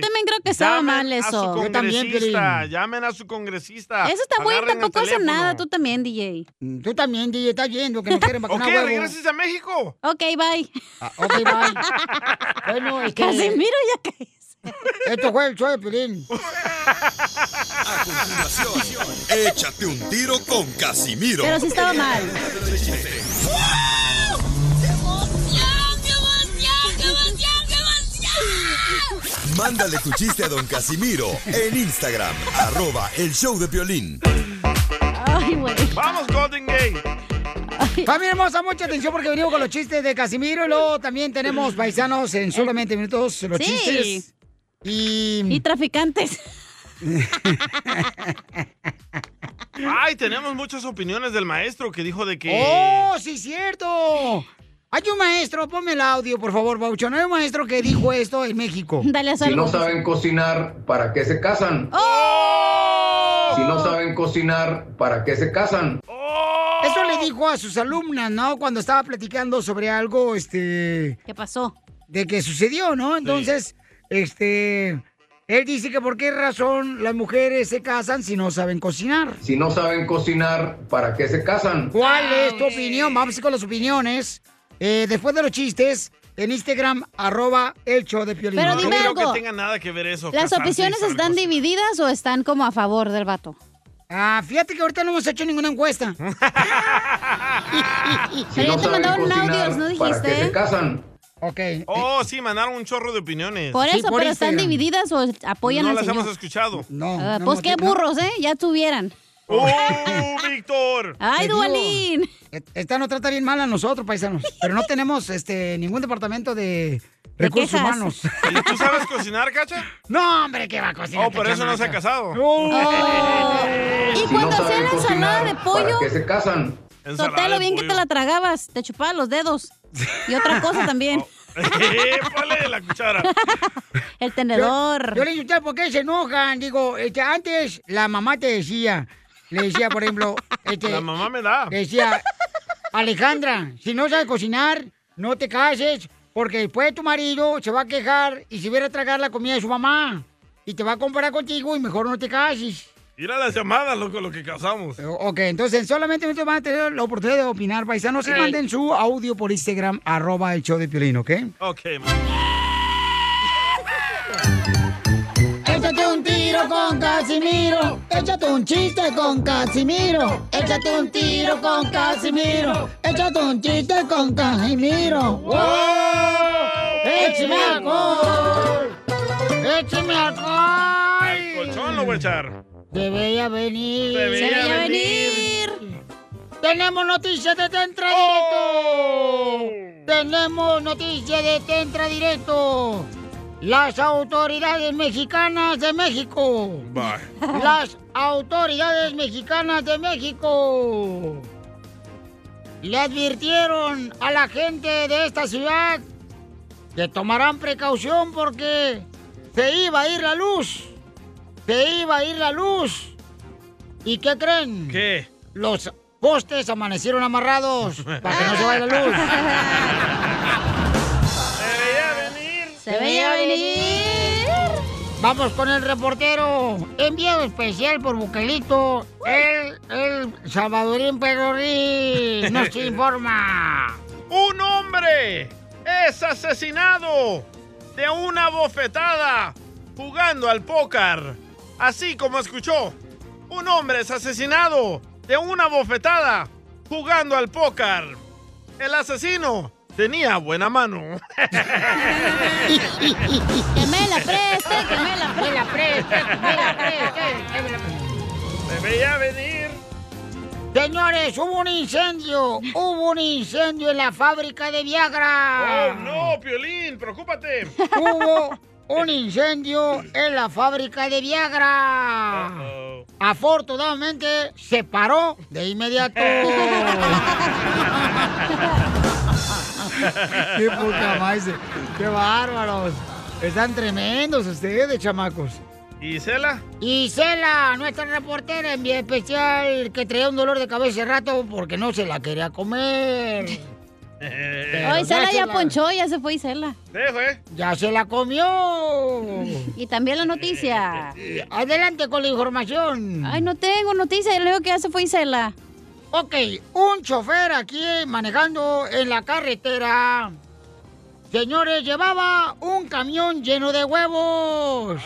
sabe
Llamen A su
Yo también,
congresista,
Piolín.
Llamen a su congresista.
Eso está bueno,
agarren el
tampoco hace
teléfono.
nada. Tú también, DJ.
Tú también, DJ, estás yendo que
(laughs)
nos quieren vacunar.
Ok,
huevo.
regreses a México.
Ok, bye.
ok,
(laughs)
bye. Bueno, es que...
Casimiro ya
caes. Esto fue el show de Piolín.
Échate un tiro con Casimiro.
Pero sí estaba mal.
Mándale tu chiste a don Casimiro en Instagram, arroba el show de violín.
Ay, güey.
Vamos, Golden Gate.
Familia hermosa, mucha atención porque venimos con los chistes de Casimiro y luego también tenemos paisanos en solamente minutos los
Sí.
chistes. Y...
Y traficantes.
Ay, tenemos muchas opiniones del maestro que dijo de que.
¡Oh, sí, cierto! Hay un maestro, ponme el audio, por favor, Bauchón. Hay un maestro que dijo esto en México.
Dale a Oh.
Si no saben cocinar, ¿para qué se casan? Si no saben cocinar, ¿para qué se casan?
Eso le dijo a sus alumnas, ¿no? Cuando estaba platicando sobre algo, este...
¿Qué pasó?
De que sucedió, ¿no? Entonces, este... Él dice que por qué razón las mujeres se casan si no saben cocinar.
Si no saben cocinar, ¿para qué se casan?
¿Cuál es tu opinión? Vamos con las opiniones. Eh, después de los chistes, en Instagram, arroba el show de Piolín.
Pero
no
dime
creo
algo.
que tenga nada que ver eso.
¿Las
casarse y
opciones
saber
están divididas o están como a favor del vato?
Ah, fíjate que ahorita no hemos hecho ninguna encuesta.
Si no saben cocinar, ¿para qué se
dijiste?
casan?
Ok.
Oh, sí, mandaron un chorro de opiniones.
Por eso, pero están divididas o apoyan
no
al
las
señor.
hemos escuchado.
Ah, pues qué burros, ¿eh? Ya tuvieran. (laughs)
¡Oh, Víctor!
¡Ay,
Te digo,
Dualín!
e- Esta no trata bien mal a nosotros, paisanos. Pero no tenemos este ningún departamento de recursos
quejas.
humanos.
(laughs) ¿Y tú sabes cocinar, Cacha?
No, hombre, ¿qué va a cocinar? Oh.
Oh, por
esta
eso no se ha
chamaca?
casado.
Y
Si
cuando
no
hacían
saben
la ensalada de
cocinar, ¿para
pollo,
qué se casan?
Sotelo, bien que te la tragabas, te chupaba los dedos. Y
(laughs)
otra cosa también,
¡Épale la cuchara!
el tenedor.
Yo le digo, "Ustedes, ¿por qué se enojan? Digo, este, antes la mamá te decía, le decía,
(laughs)
por ejemplo, este,
La mamá me da.
le decía, Alejandra, si no sabes cocinar, no te cases, porque después tu marido se va a quejar y se viene a tragar la comida de su mamá. Y te va a comparar contigo y mejor no te cases.
Mira las llamadas, loco, lo que casamos.
Ok, entonces solamente ustedes van a tener la oportunidad de opinar, paisanos, y
Sí.
manden su audio por Instagram, arroba el show de Piolín, ¿ok?
Ok,
Échate un tiro con Casimiro, échate un chiste con Casimiro, échate un tiro con Casimiro, échate un chiste con Casimiro. ¡Wow! ¡Échame alcohol! ¡Échame alcohol!
colchón lo voy a echar.
Se veía venir.
Se veía Se veía
venir.
Tenemos noticias de Tentra Directo. Tenemos noticias de Tentra Directo. Las autoridades mexicanas de México. (laughs) Las autoridades mexicanas de México le advirtieron a la gente de esta ciudad que tomarán precaución porque se iba a ir la luz. Se iba a ir la luz. ¿Y qué creen?
¿Qué?
Los postes amanecieron amarrados para que no se vaya la luz.
Se veía
venir. Vamos con el reportero. Enviado especial por Buquelito. El, el salvadorín Pedro Ruiz
(laughs)
nos informa.
Un hombre es asesinado de una bofetada jugando al póker. Así como escuchó, un hombre es asesinado de una bofetada jugando al póker. El asesino tenía buena mano.
Que me la preste, que me la preste.
Se veía venir.
Señores, hubo un incendio. Hubo un incendio en la fábrica de Viagra.
Oh, no, Piolín, preocúpate.
Hubo un incendio en la fábrica de Viagra. Afortunadamente se paró
(laughs)
de inmediato. Qué puta madre. Qué bárbaros. Están tremendos ustedes, chamacos.
¿Y Cela?
Isela, nuestra reportera en vía especial, que traía un dolor de cabeza hace rato porque no se la quería comer. Pero
Hoy Isela
ya se
ya
la-
Oh.
ponchó, Oh, ya se fue Isela.
¿eh?
Ya se la comió.
Y también la noticia.
Adelante con la información.
Ay, no tengo noticia, yo le digo que ya se fue Isela.
Ok, un chofer aquí manejando en la carretera. Señores, llevaba un camión lleno de huevos.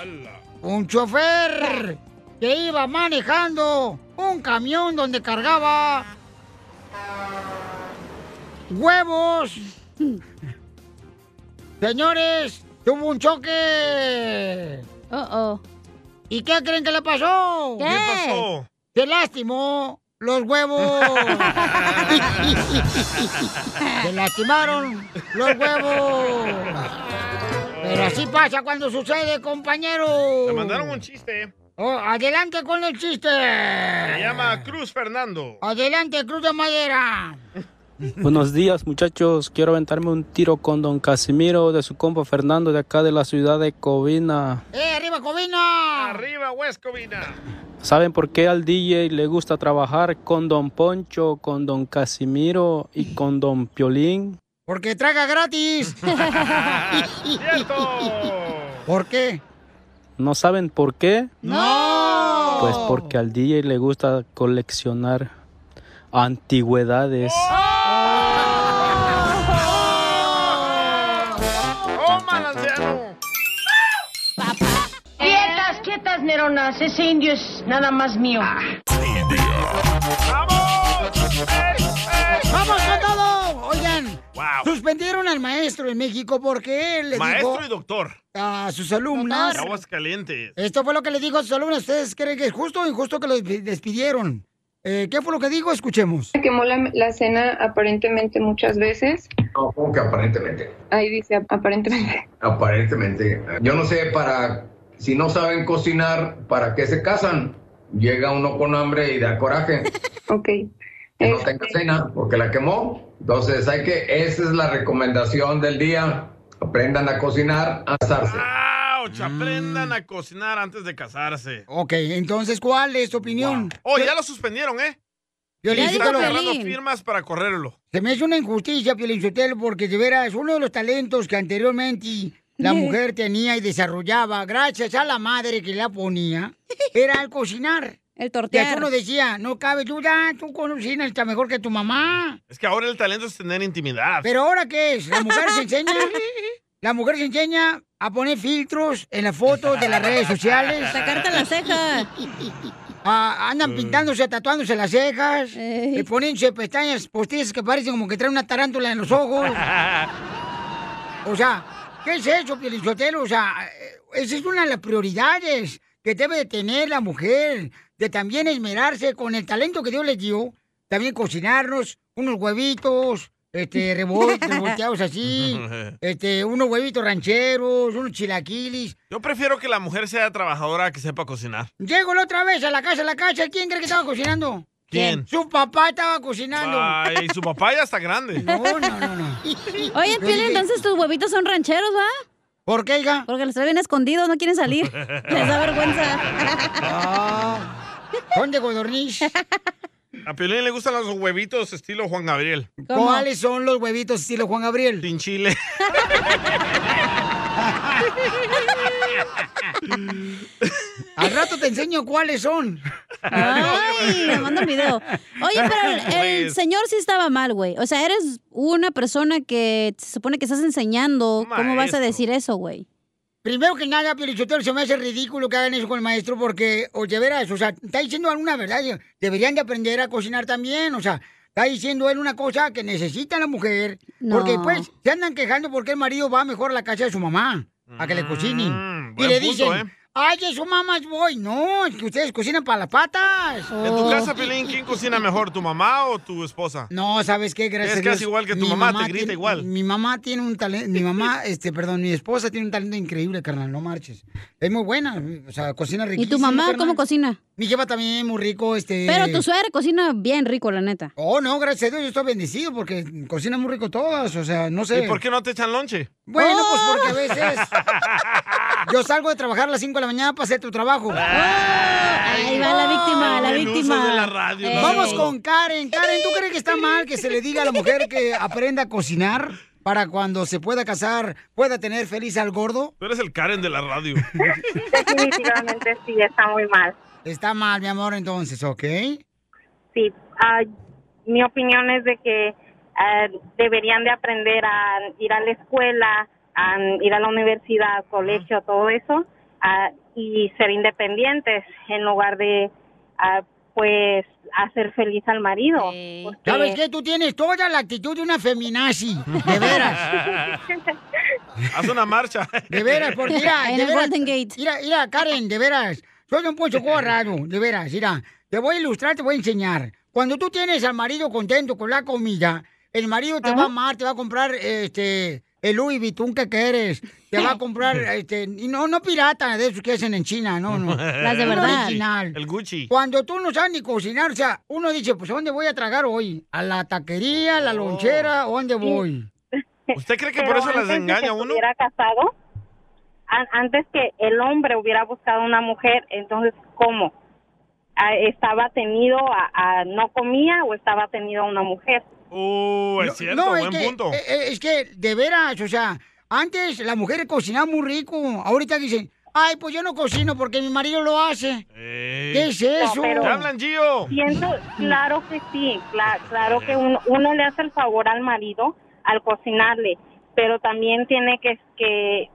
Un chofer que iba manejando un camión donde cargaba huevos. Señores, tuvo un choque.
Oh, oh.
¿Y qué creen que le pasó?
¿Qué? ¿Qué pasó?
Se lastimó los huevos. Se lastimaron los huevos. Pero así pasa cuando sucede, compañero.
Le mandaron un chiste.
Oh, adelante con el chiste.
Se llama Cruz Fernando.
Adelante, Cruz de Madera.
Buenos días, muchachos. Quiero aventarme un tiro con don Casimiro de su compa Fernando de acá de la ciudad de Covina.
¡Eh, arriba, Covina!
¡Arriba, Huescovina!
¿Saben por qué al DJ le gusta trabajar con don Poncho, con don Casimiro y con don Piolín?
Porque
(laughs)
traga gratis. ¿Por qué?
¿No saben por qué?
¡No!
Pues porque al DJ le gusta coleccionar antigüedades.
¡Oh!
Oh,
Quietas, quietas, neronas. Ese indio es nada más mío.
¡Vamos con todo! Oigan,
Wow.
suspendieron al maestro en México porque él le
Maestro y
dijo
doctor.
a sus alumnas...
De Aguas calientes.
Esto fue lo que le dijo a sus alumnas. ¿Ustedes creen que es justo o injusto que los despi- despidieron? Eh, ¿Qué fue lo que dijo? Escuchemos.
Se quemó la, la cena aparentemente muchas veces.
No, como que aparentemente.
Ahí dice ap- aparentemente.
Aparentemente. Yo no sé para. Si no saben cocinar, ¿para qué se casan? Llega uno con hambre y da coraje.
Ok.
Que no tenga cena porque la quemó. Entonces, hay que. Esa es la recomendación del día. Aprendan a cocinar, a asarse.
Ouch,
Mm.
aprendan a cocinar antes de casarse.
Ok, entonces, ¿cuál es tu opinión?
Oh, ya lo suspendieron, ¿eh?
Piolín,
Están
Sotelo,
agarrando firmas para correrlo.
Se me hace una injusticia, Piolín Sotelo, porque de veras, uno de los talentos que anteriormente la mujer tenía y desarrollaba, gracias a la madre que la ponía, era el cocinar.
El
Y así uno decía, no cabe duda, tú cocinas está mejor que tu mamá.
Es que ahora el talento es tener intimidad.
Pero ahora qué es? La mujer se enseña. La mujer se enseña a poner filtros en las fotos de las redes sociales.
Sacarte la ceja.
Ah, andan pintándose, tatuándose las cejas. Y poniéndose pestañas postizas que parecen como que traen una tarántula en los ojos. O sea, ¿qué es eso, Pielichotelo? O sea, eh, esa es una de las prioridades que debe de tener la mujer, de también esmerarse con el talento que Dios les dio, también cocinarnos unos huevitos,
(laughs)
este, rebol- revolteados así, este, unos huevitos rancheros, unos chilaquilis.
Yo prefiero que la mujer sea trabajadora que sepa cocinar.
Llego la otra vez a la casa, a la casa, ¿quién cree que estaba cocinando?
¿Quién?
Su papá estaba cocinando.
Ay, su papá ya está grande.
No, (laughs) no, no, no.
(laughs)
Oye, Piolín, entonces tus huevitos son rancheros, ¿va?
¿Por qué, hija?
Porque los traen escondidos, no quieren salir. Les da vergüenza.
Ah. ¿Dónde, Godornish?
(laughs)
A Piolín le gustan los huevitos estilo Juan Gabriel.
¿Cuáles son los huevitos estilo Juan Gabriel?
Sin chile.
Al rato te enseño cuáles son.
Ay, me manda un video. Oye, pero el, el
(laughs) Pues.
señor sí estaba mal, güey. O sea, eres una persona que se supone que estás enseñando. ¿Cómo vas a
Maestro.
decir eso, güey?
Primero que nada, Piolichotero, se me hace ridículo que hagan eso con el maestro porque, o de veras, o sea, está diciendo alguna verdad. Deberían de aprender a cocinar también, o sea, está diciendo él una cosa que necesita la mujer.
No.
Porque después se andan quejando porque el marido va mejor a la casa de su mamá a que le cocinen. y
buen
le
punto,
dicen,
¿eh?
ay, eso mamá voy. No, es que ustedes cocinan para las patas.
En tu casa, Piolín, ¿quién cocina mejor, tu mamá o tu esposa?
No, ¿sabes qué? Gracias
Es
a Dios,
casi igual que tu
mi
mamá, te grita
tiene-
igual.
Mi mamá tiene un talento,
(laughs)
mi mamá, este, perdón, mi esposa tiene un talento increíble, carnal, no marches. Es muy buena, o sea, cocina
¿Y
riquísimo,
tu mamá
carnal.
cómo cocina?
Mi jefa también, muy rico, este...
Pero tu suegra cocina bien rico, la neta.
Oh, no, gracias a Dios, yo estoy bendecido porque cocina muy rico todas, o sea, no sé.
¿Y por qué no te echan lonche? Ah.
Bueno, pues porque a veces
(laughs)
yo salgo de trabajar a las 5 de la mañana para hacer tu trabajo.
ahí va la víctima, Eh.
Ah.
la
Ay, luces víctima. de la radio, no
Vamos
sé.
con Karen. Karen, ¿tú crees que está mal que se le diga a la mujer que aprenda a cocinar para cuando se pueda casar, pueda tener feliz al gordo?
Tú eres el Karen de la
(laughs)
radio.
Definitivamente Este sí, está muy mal.
Está mal, mi amor, entonces, ¿ok?
Sí, ah, mi opinión es de que ah, deberían de aprender a ir a la escuela, a ir a la universidad, colegio, todo eso, ah, y ser independientes en lugar de, ah, pues, hacer feliz al marido. porque-
¿Sabes qué? Tú tienes toda la actitud de una feminazi,
(laughs)
de veras.
Haz una marcha.
De veras,
(laughs)
porque mira, de veras, Mira, mira, Karen, de veras. Soy
(laughs)
un poncho corrado, de veras, mira. Te voy a ilustrar, te voy a enseñar. Cuando tú tienes al marido contento con la comida, el marido te va a amar, te va a comprar este el Louis Vuitton que quieres, te va
(laughs)
a comprar este y no no pirata de esos que hacen en China, no, no.
El Gucci,
Original.
El Gucci.
Cuando tú no sabes ni cocinar, o sea, uno dice, pues ¿a dónde voy a tragar hoy? ¿A la taquería, a la lonchera, ¿o
(laughs)
dónde voy?
Oh. ¿Usted cree
Pero antes de que se hubiera casado, an- antes que el hombre hubiera buscado una mujer, entonces, ¿cómo? Ah, ¿Estaba tenido a, a- no comía o estaba tenido a una mujer?
Uh, es
No, no, es que, eh, eh, Es que, de veras, o sea, antes las mujeres cocinaban muy rico. Ahorita dicen, ay, pues yo no cocino porque mi marido lo hace. ¿Qué es eso?
¿Te hablan, Gio?
Siento, claro que sí, cla-
Pues,
claro que uno, uno le hace el favor al marido al cocinarle, pero también tiene que, que,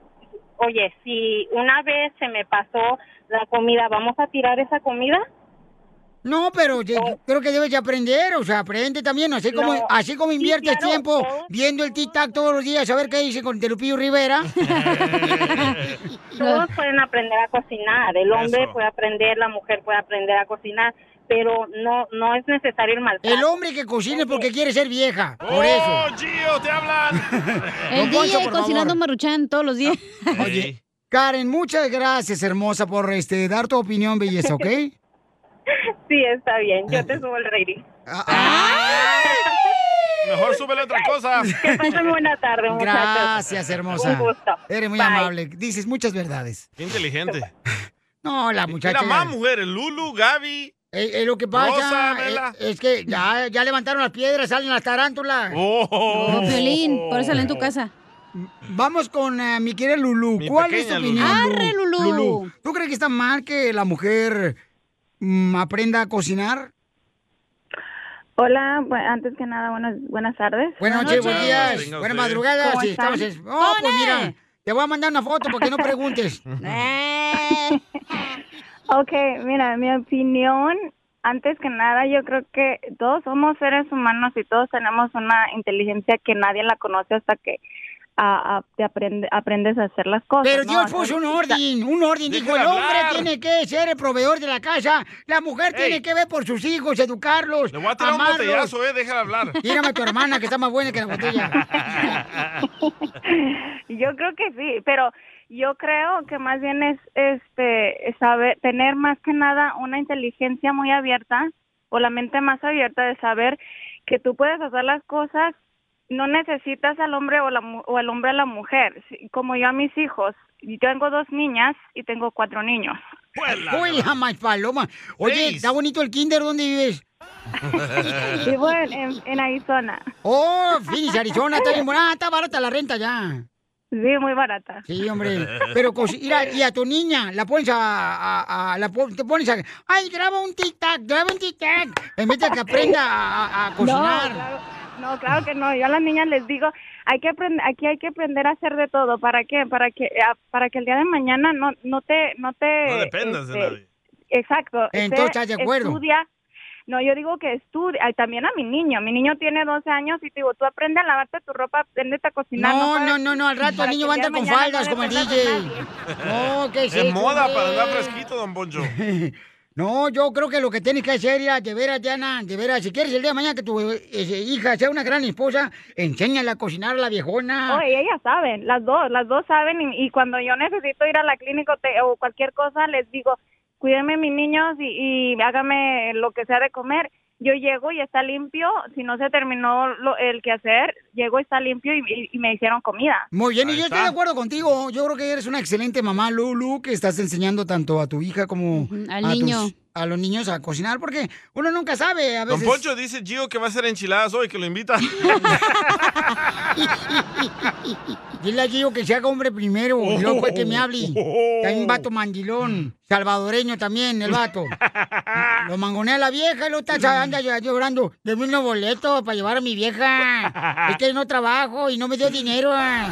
oye, si una vez se me pasó la comida, ¿vamos a tirar esa comida?
No, pero yo yo creo que debes de aprender, o sea, aprende también, así como,
No.
así como
Sí,
inviertes
claro,
tiempo
todos-
viendo el tic-tac todos los días a ver qué dice con Telupillo Rivera.
Todos pueden aprender a cocinar, el hombre
Eso.
puede aprender, la mujer puede aprender a cocinar, pero no no es necesario el maltrato.
El hombre que cocine porque quiere ser vieja, por eso.
¡Oh, Gio, te hablan!
El
Don Poncho,
DJ
por
cocinando
favor.
maruchan todos
(laughs)
los días.
Oye, Karen, muchas gracias, hermosa, por este, dar tu opinión, belleza, ¿ok?
(laughs) Sí, está bien, yo te subo el rating.
Ah,
Mejor súbele otra
(laughs)
cosa.
Que pasen buena tarde, muchachos.
Gracias, hermosa.
Un gusto.
Eres muy
Bye.
amable. Dices muchas verdades.
Qué inteligente.
No, la muchacha.
Mira, más mujeres. Lulu, Gaby.
Eh, eh, lo que pasa
Rosa,
eh,
Adela.
es, que ya, ya levantaron las piedras, salen las tarántulas.
Oh.
Oh, Piolín, por eso sale en tu casa.
Vamos con eh, mi querida Lulú.
Mi
¿Cuál es tu
pequeña
opinión?
Lulú. Arre, Lulú.
¿Tú crees que está mal que la mujer mm, aprenda a cocinar?
Hola, bu- antes que nada, buenas, buenas tardes.
Buenas noches, buenos días, buenas madrugadas.
¿Cómo
Sí,
están?
estamos en- Oh, pues mira, te voy a mandar una foto
(laughs)
porque no preguntes.
Ok, mira, mi opinión, antes que nada, yo creo que todos somos seres humanos y todos tenemos una inteligencia que nadie la conoce hasta que ah, ah, te aprende- aprendes a hacer las cosas.
Pero
¿no?
Dios
O sea,
puso un orden, un orden. Dijo, el
Déjala
hombre
hablar.
tiene que ser el proveedor de la casa, la mujer tiene que ver por sus hijos, educarlos,
Le voy a tirar un
amarlos.
botellazo, eh. Déjala hablar.
Mírame a tu hermana que está más buena que la botella.
(laughs)
(laughs) Yo creo que sí, pero yo creo que más bien es este saber tener más que nada una inteligencia muy abierta o la mente más abierta de saber que tú puedes hacer las cosas, no necesitas al hombre o, la, mu- o al hombre a la mujer, Sí, como yo a mis hijos. Yo tengo dos niñas y tengo cuatro niños.
Hola, más paloma. Oye,
Seis.
está bonito el kinder, ¿dónde vives?
(laughs) Vivo en, en- en Arizona. (laughs)
Oh, Phoenix, Arizona, está bien buena. Ah, está barata la renta ya.
Sí, muy barata.
Sí, hombre. Pero, cos- mira, y a tu niña, la pones a, a- a- la pon- te pones a, ay, graba un tic-tac, graba un tic-tac, en vez de que aprenda a, a- a cocinar.
No, claro, no, claro que no. Yo a las niñas les digo, hay que aprender, aquí hay que aprender a hacer de todo. ¿Para qué? Para que, eh, a- para que el día de mañana no, no te, no te.
No dependas de
este,
nadie.
Exacto.
Eh, Entonces,
Usted
¿estás de acuerdo?
Estudia. No, yo digo que estudia. Ay, También a mi niño. Mi niño tiene 12 años y te digo, tú aprende a lavarte tu ropa, aprende a cocinar.
No,
para-
no, no, no, al rato el
para
niño
que
va a
día
andar
de
con
mañana
faldas como el
dependas de
DJ.
nadie.
No, que
Es
sí,
moda
hombre.
para andar fresquito, don Poncho.
(laughs) No, yo creo que lo que tienes que hacer, ya, de veras, Diana, de veras, si quieres el día de mañana que tu eh, eh, hija sea una gran esposa, enséñala a cocinar a la viejona.
Oye, ellas saben, las dos, las dos saben y, y cuando yo necesito ir a la clínica o te- o cualquier cosa, les digo, cuídenme mis niños y, y hágame lo que sea de comer. Yo llego y está limpio, si no se terminó lo- el quehacer, llego y está limpio y, y- y me hicieron comida.
Muy bien, y yo estoy de acuerdo contigo. Yo creo que eres una excelente mamá, Lulu, que estás enseñando tanto a tu hija como
al
a,
niño.
a los niños a cocinar, porque uno nunca sabe. A
Don
veces
Poncho dice Gio que va a hacer enchiladas hoy, que lo
(laughs)
invita.
Dile a Gio que se haga hombre primero, y luego fue que me hable. Que Hay un vato mandilón, salvadoreño también, el vato. Lo mangonea la vieja y lo está anda llor- llorando. Deme un boleto para llevar a mi vieja. Es que no trabajo y no me dio dinero. ah.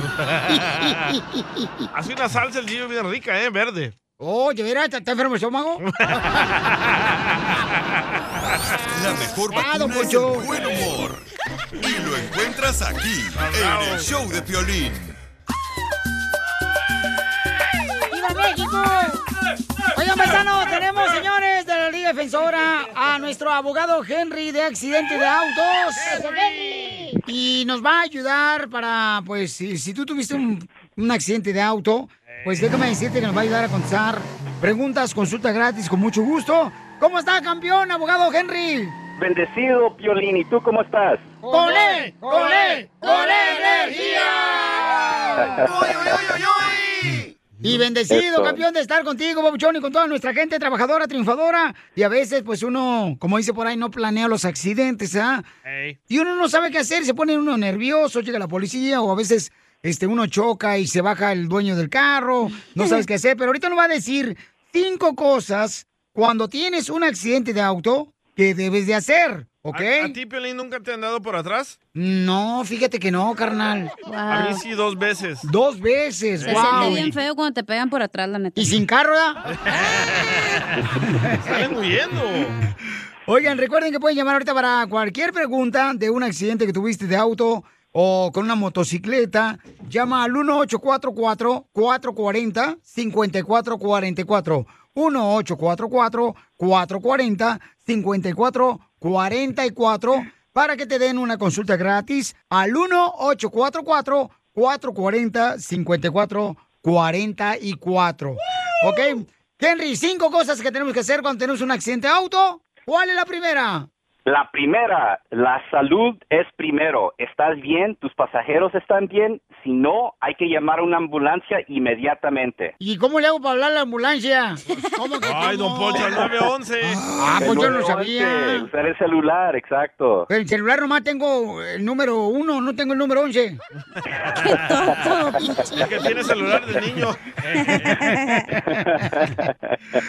(laughs) Hace una salsa el Gio bien rica, ¿eh? Verde.
(laughs) Oh, ¿de veras? ¿Está enfermo el estómago?
La mejor
Ah,
vacuna
don
es
Poncho.
el buen humor. Y lo encuentras aquí, en el show de Piolín.
¡Viva México! Oigan, paisanos, tenemos, señores, de la Liga Defensora a nuestro abogado Henry de accidente de autos. Y nos va a ayudar para, pues, si, si tú tuviste un, un accidente de auto, pues déjame decirte que nos va a ayudar a contestar preguntas, consulta gratis, con mucho gusto. ¿Cómo está, campeón, abogado Henry?
Bendecido, Piolín. ¿Y tú cómo estás?
¡Con él! ¡Con él! ¡Con energía! Y bendecido,
Eso.
campeón, de estar contigo, Babuchón, y con toda nuestra gente trabajadora, triunfadora. Y a veces, pues uno, como dice por ahí, no planea los accidentes, ¿ah? Y uno no sabe qué hacer, se pone uno nervioso, llega la policía, o a veces este, uno choca y se baja el dueño del carro, no sabes qué hacer. Pero ahorita nos va a decir cinco cosas cuando tienes un accidente de auto que debes de hacer, ¿ok?
¿A, a ti, Piolín, nunca te han dado por atrás?
No, fíjate que no, carnal.
A mí sí, dos veces.
Dos veces,
Se
wow.
siente
(laughs)
bien feo cuando te pegan por atrás, la neta.
Y sin carro, ¿verdad?
Salen huyendo.
Oigan, recuerden que pueden llamar ahorita para cualquier pregunta de un accidente que tuviste de auto o con una motocicleta. Llama al 1844-440-5444. 1844-440-5444 para que te den una consulta gratis al 1844-440-5444. ¿Ok? Henry, cinco cosas que tenemos que hacer cuando tenemos un accidente de auto. ¿Cuál es la primera?
La primera, la salud es primero. ¿Estás bien? ¿Tus pasajeros están bien? Si no, hay que llamar a una ambulancia inmediatamente.
¿Y cómo le hago para hablar a la ambulancia? ¿Cómo que
Ay, don Poncho, al 911.
Ah, pues yo no sabía.
Usar el celular, exacto.
El celular nomás tengo el número uno, no tengo el número once. ¡Qué tonto!
Es que tiene celular de niño.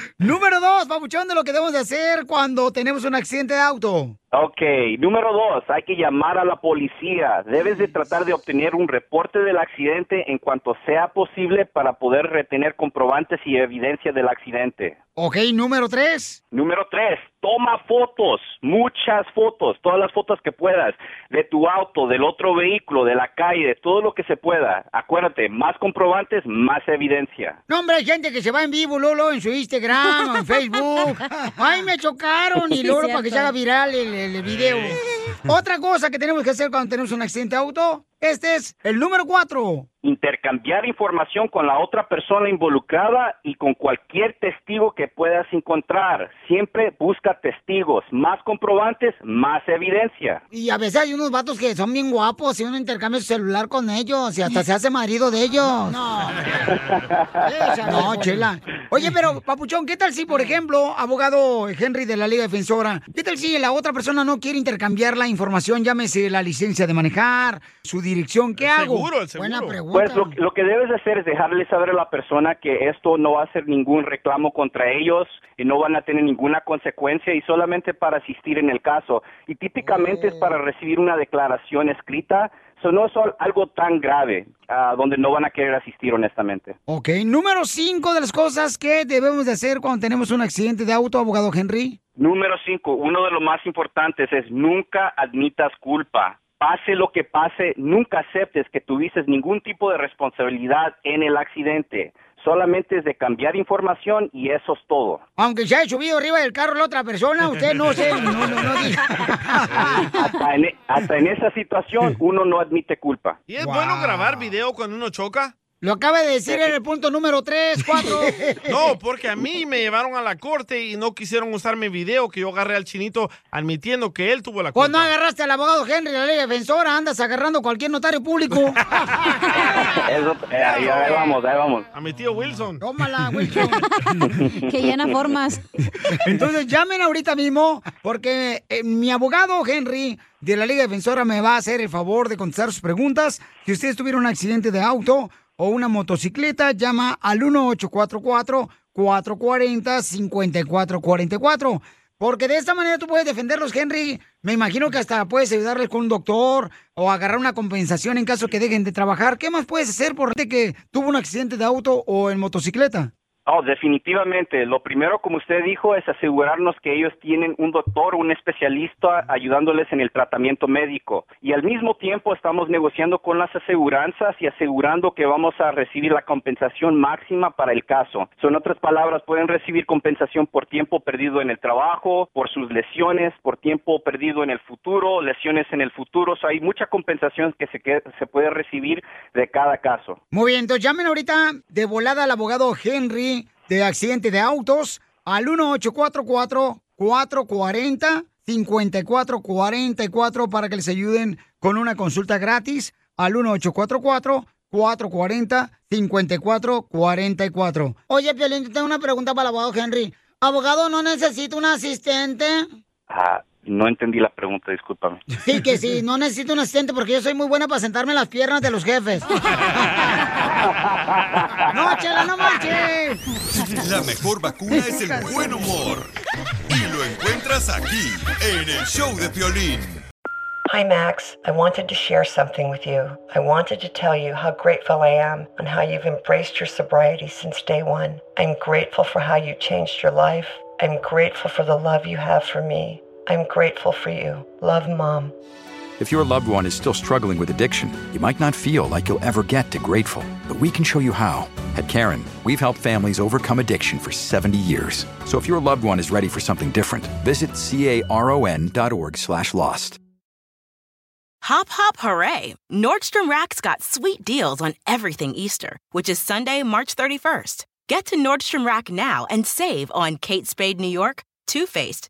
(laughs) número dos, papuchón, de lo que debemos de hacer cuando tenemos un accidente de auto.
Ok, número dos, hay que llamar a la policía. Debes de tratar de obtener un reporte del accidente en cuanto sea posible para poder retener comprobantes y evidencia del accidente.
Ok, número tres.
Número tres, toma fotos, muchas fotos, todas las fotos que puedas, de tu auto, del otro vehículo, de la calle, todo lo que se pueda. Acuérdate, más comprobantes, más evidencia.
No, hombre, hay gente que se va en vivo, Lolo, en su Instagram, en Facebook. ¡Ay, me chocaron! Y Lolo,
Cierto.
para que se haga viral el, el- el video. Otra cosa que tenemos que hacer cuando tenemos un accidente de auto, este es el número cuatro.
Intercambiar información con la otra persona involucrada y con cualquier testigo que puedas encontrar. Siempre busca testigos, más comprobantes, más evidencia.
Y a veces hay unos vatos que son bien guapos y uno intercambia su celular con ellos y hasta se hace marido de ellos. No, no, chela. Oye, pero, Papuchón, ¿qué tal si, por ejemplo, abogado Henry de la Liga Defensora, ¿qué tal si la otra persona no quiere intercambiar la información? Llámese la licencia de manejar, su dirección, ¿qué hago?
seguro, el seguro.
Buena pregunta.
Pues lo, lo que debes de hacer es dejarle saber a la persona que esto no va a ser ningún reclamo contra ellos y no van a tener ninguna consecuencia y solamente para asistir en el caso. Y típicamente es para recibir una declaración escrita. Eso no es al- algo tan grave ah, donde no van a querer asistir honestamente.
Ok, número 5 de las cosas que debemos de hacer cuando tenemos un accidente de auto, abogado Henry.
Número cinco, uno de los más importantes es nunca admitas culpa. Pase lo que pase, nunca aceptes que tuviste ningún tipo de responsabilidad en el accidente. Solamente es de cambiar información y eso es todo.
Aunque se haya subido arriba del carro la otra persona, usted
(laughs)
no se... No, no, no diga.
Hasta en, e-, hasta en esa
(laughs)
situación uno no admite culpa.
¿Y es bueno grabar video cuando uno choca?
Lo acaba de decir en el punto número 3, 4.
(laughs) No, porque a mí me llevaron a la corte y no quisieron usar mi video que yo agarré al chinito admitiendo que él tuvo la culpa.
Pues no agarraste al abogado Henry, la ley defensora, andas agarrando cualquier notario público.
Eso, eh, ahí, ahí vamos, ahí vamos.
A mi tío Wilson.
Tómala, güey.
(laughs)
(laughs) Que llena formas. (laughs)
Entonces llamen ahorita mismo porque eh, mi abogado Henry de la Liga Defensora me va a hacer el favor de contestar sus preguntas. Si ustedes tuvieron un accidente de auto o una motocicleta, llama al 1844-440-5444. Porque de esta manera tú puedes defenderlos, Henry. Me imagino que hasta puedes ayudarles con un doctor o agarrar una compensación en caso que dejen de trabajar. ¿Qué más puedes hacer por gente que tuvo un accidente de auto o en motocicleta?
Oh, definitivamente. Lo primero, como usted dijo, es asegurarnos que ellos tienen un doctor, un especialista ayudándoles en el tratamiento médico. Y al mismo tiempo estamos negociando con las aseguranzas y asegurando que vamos a recibir la compensación máxima para el caso. So, en otras palabras, pueden recibir compensación por tiempo perdido en el trabajo, por sus lesiones, por tiempo perdido en el futuro, lesiones en el futuro. So, hay mucha compensación que se, que- se puede recibir de cada caso.
Muy bien, entonces llamen ahorita de volada al abogado Henry de accidente de autos al 1844-440-5444 para que les ayuden con una consulta gratis al 1844-440-5444. Oye, Piolín, yo tengo una pregunta para el abogado Henry. ¿Abogado no necesita un asistente?
Ah, no entendí la pregunta, discúlpame.
Sí, que sí, no necesito un asistente porque yo soy muy buena para sentarme en las piernas de los jefes. ¡No, chela, (laughs) no marches!
La mejor vacuna es el buen humor. Y lo encuentras aquí, en el show de Piolín.
Hi, Max. I wanted to share something with you. I wanted to tell you how grateful I am on how you've embraced your sobriety since day one. I'm grateful for how you changed your life. I'm grateful for the love you have for me. I'm grateful for you. Love, Mom.
If your loved one is still struggling with addiction, you might not feel like you'll ever get to grateful, but we can show you how. At Karen, we've helped families overcome addiction for 70 years. So if your loved one is ready for something different, visit caron.org slash lost.
Hop, hop, hooray! Nordstrom Rack's got sweet deals on everything Easter, which is Sunday, March 31st. Get to Nordstrom Rack now and save on Kate Spade New York, Too Faced,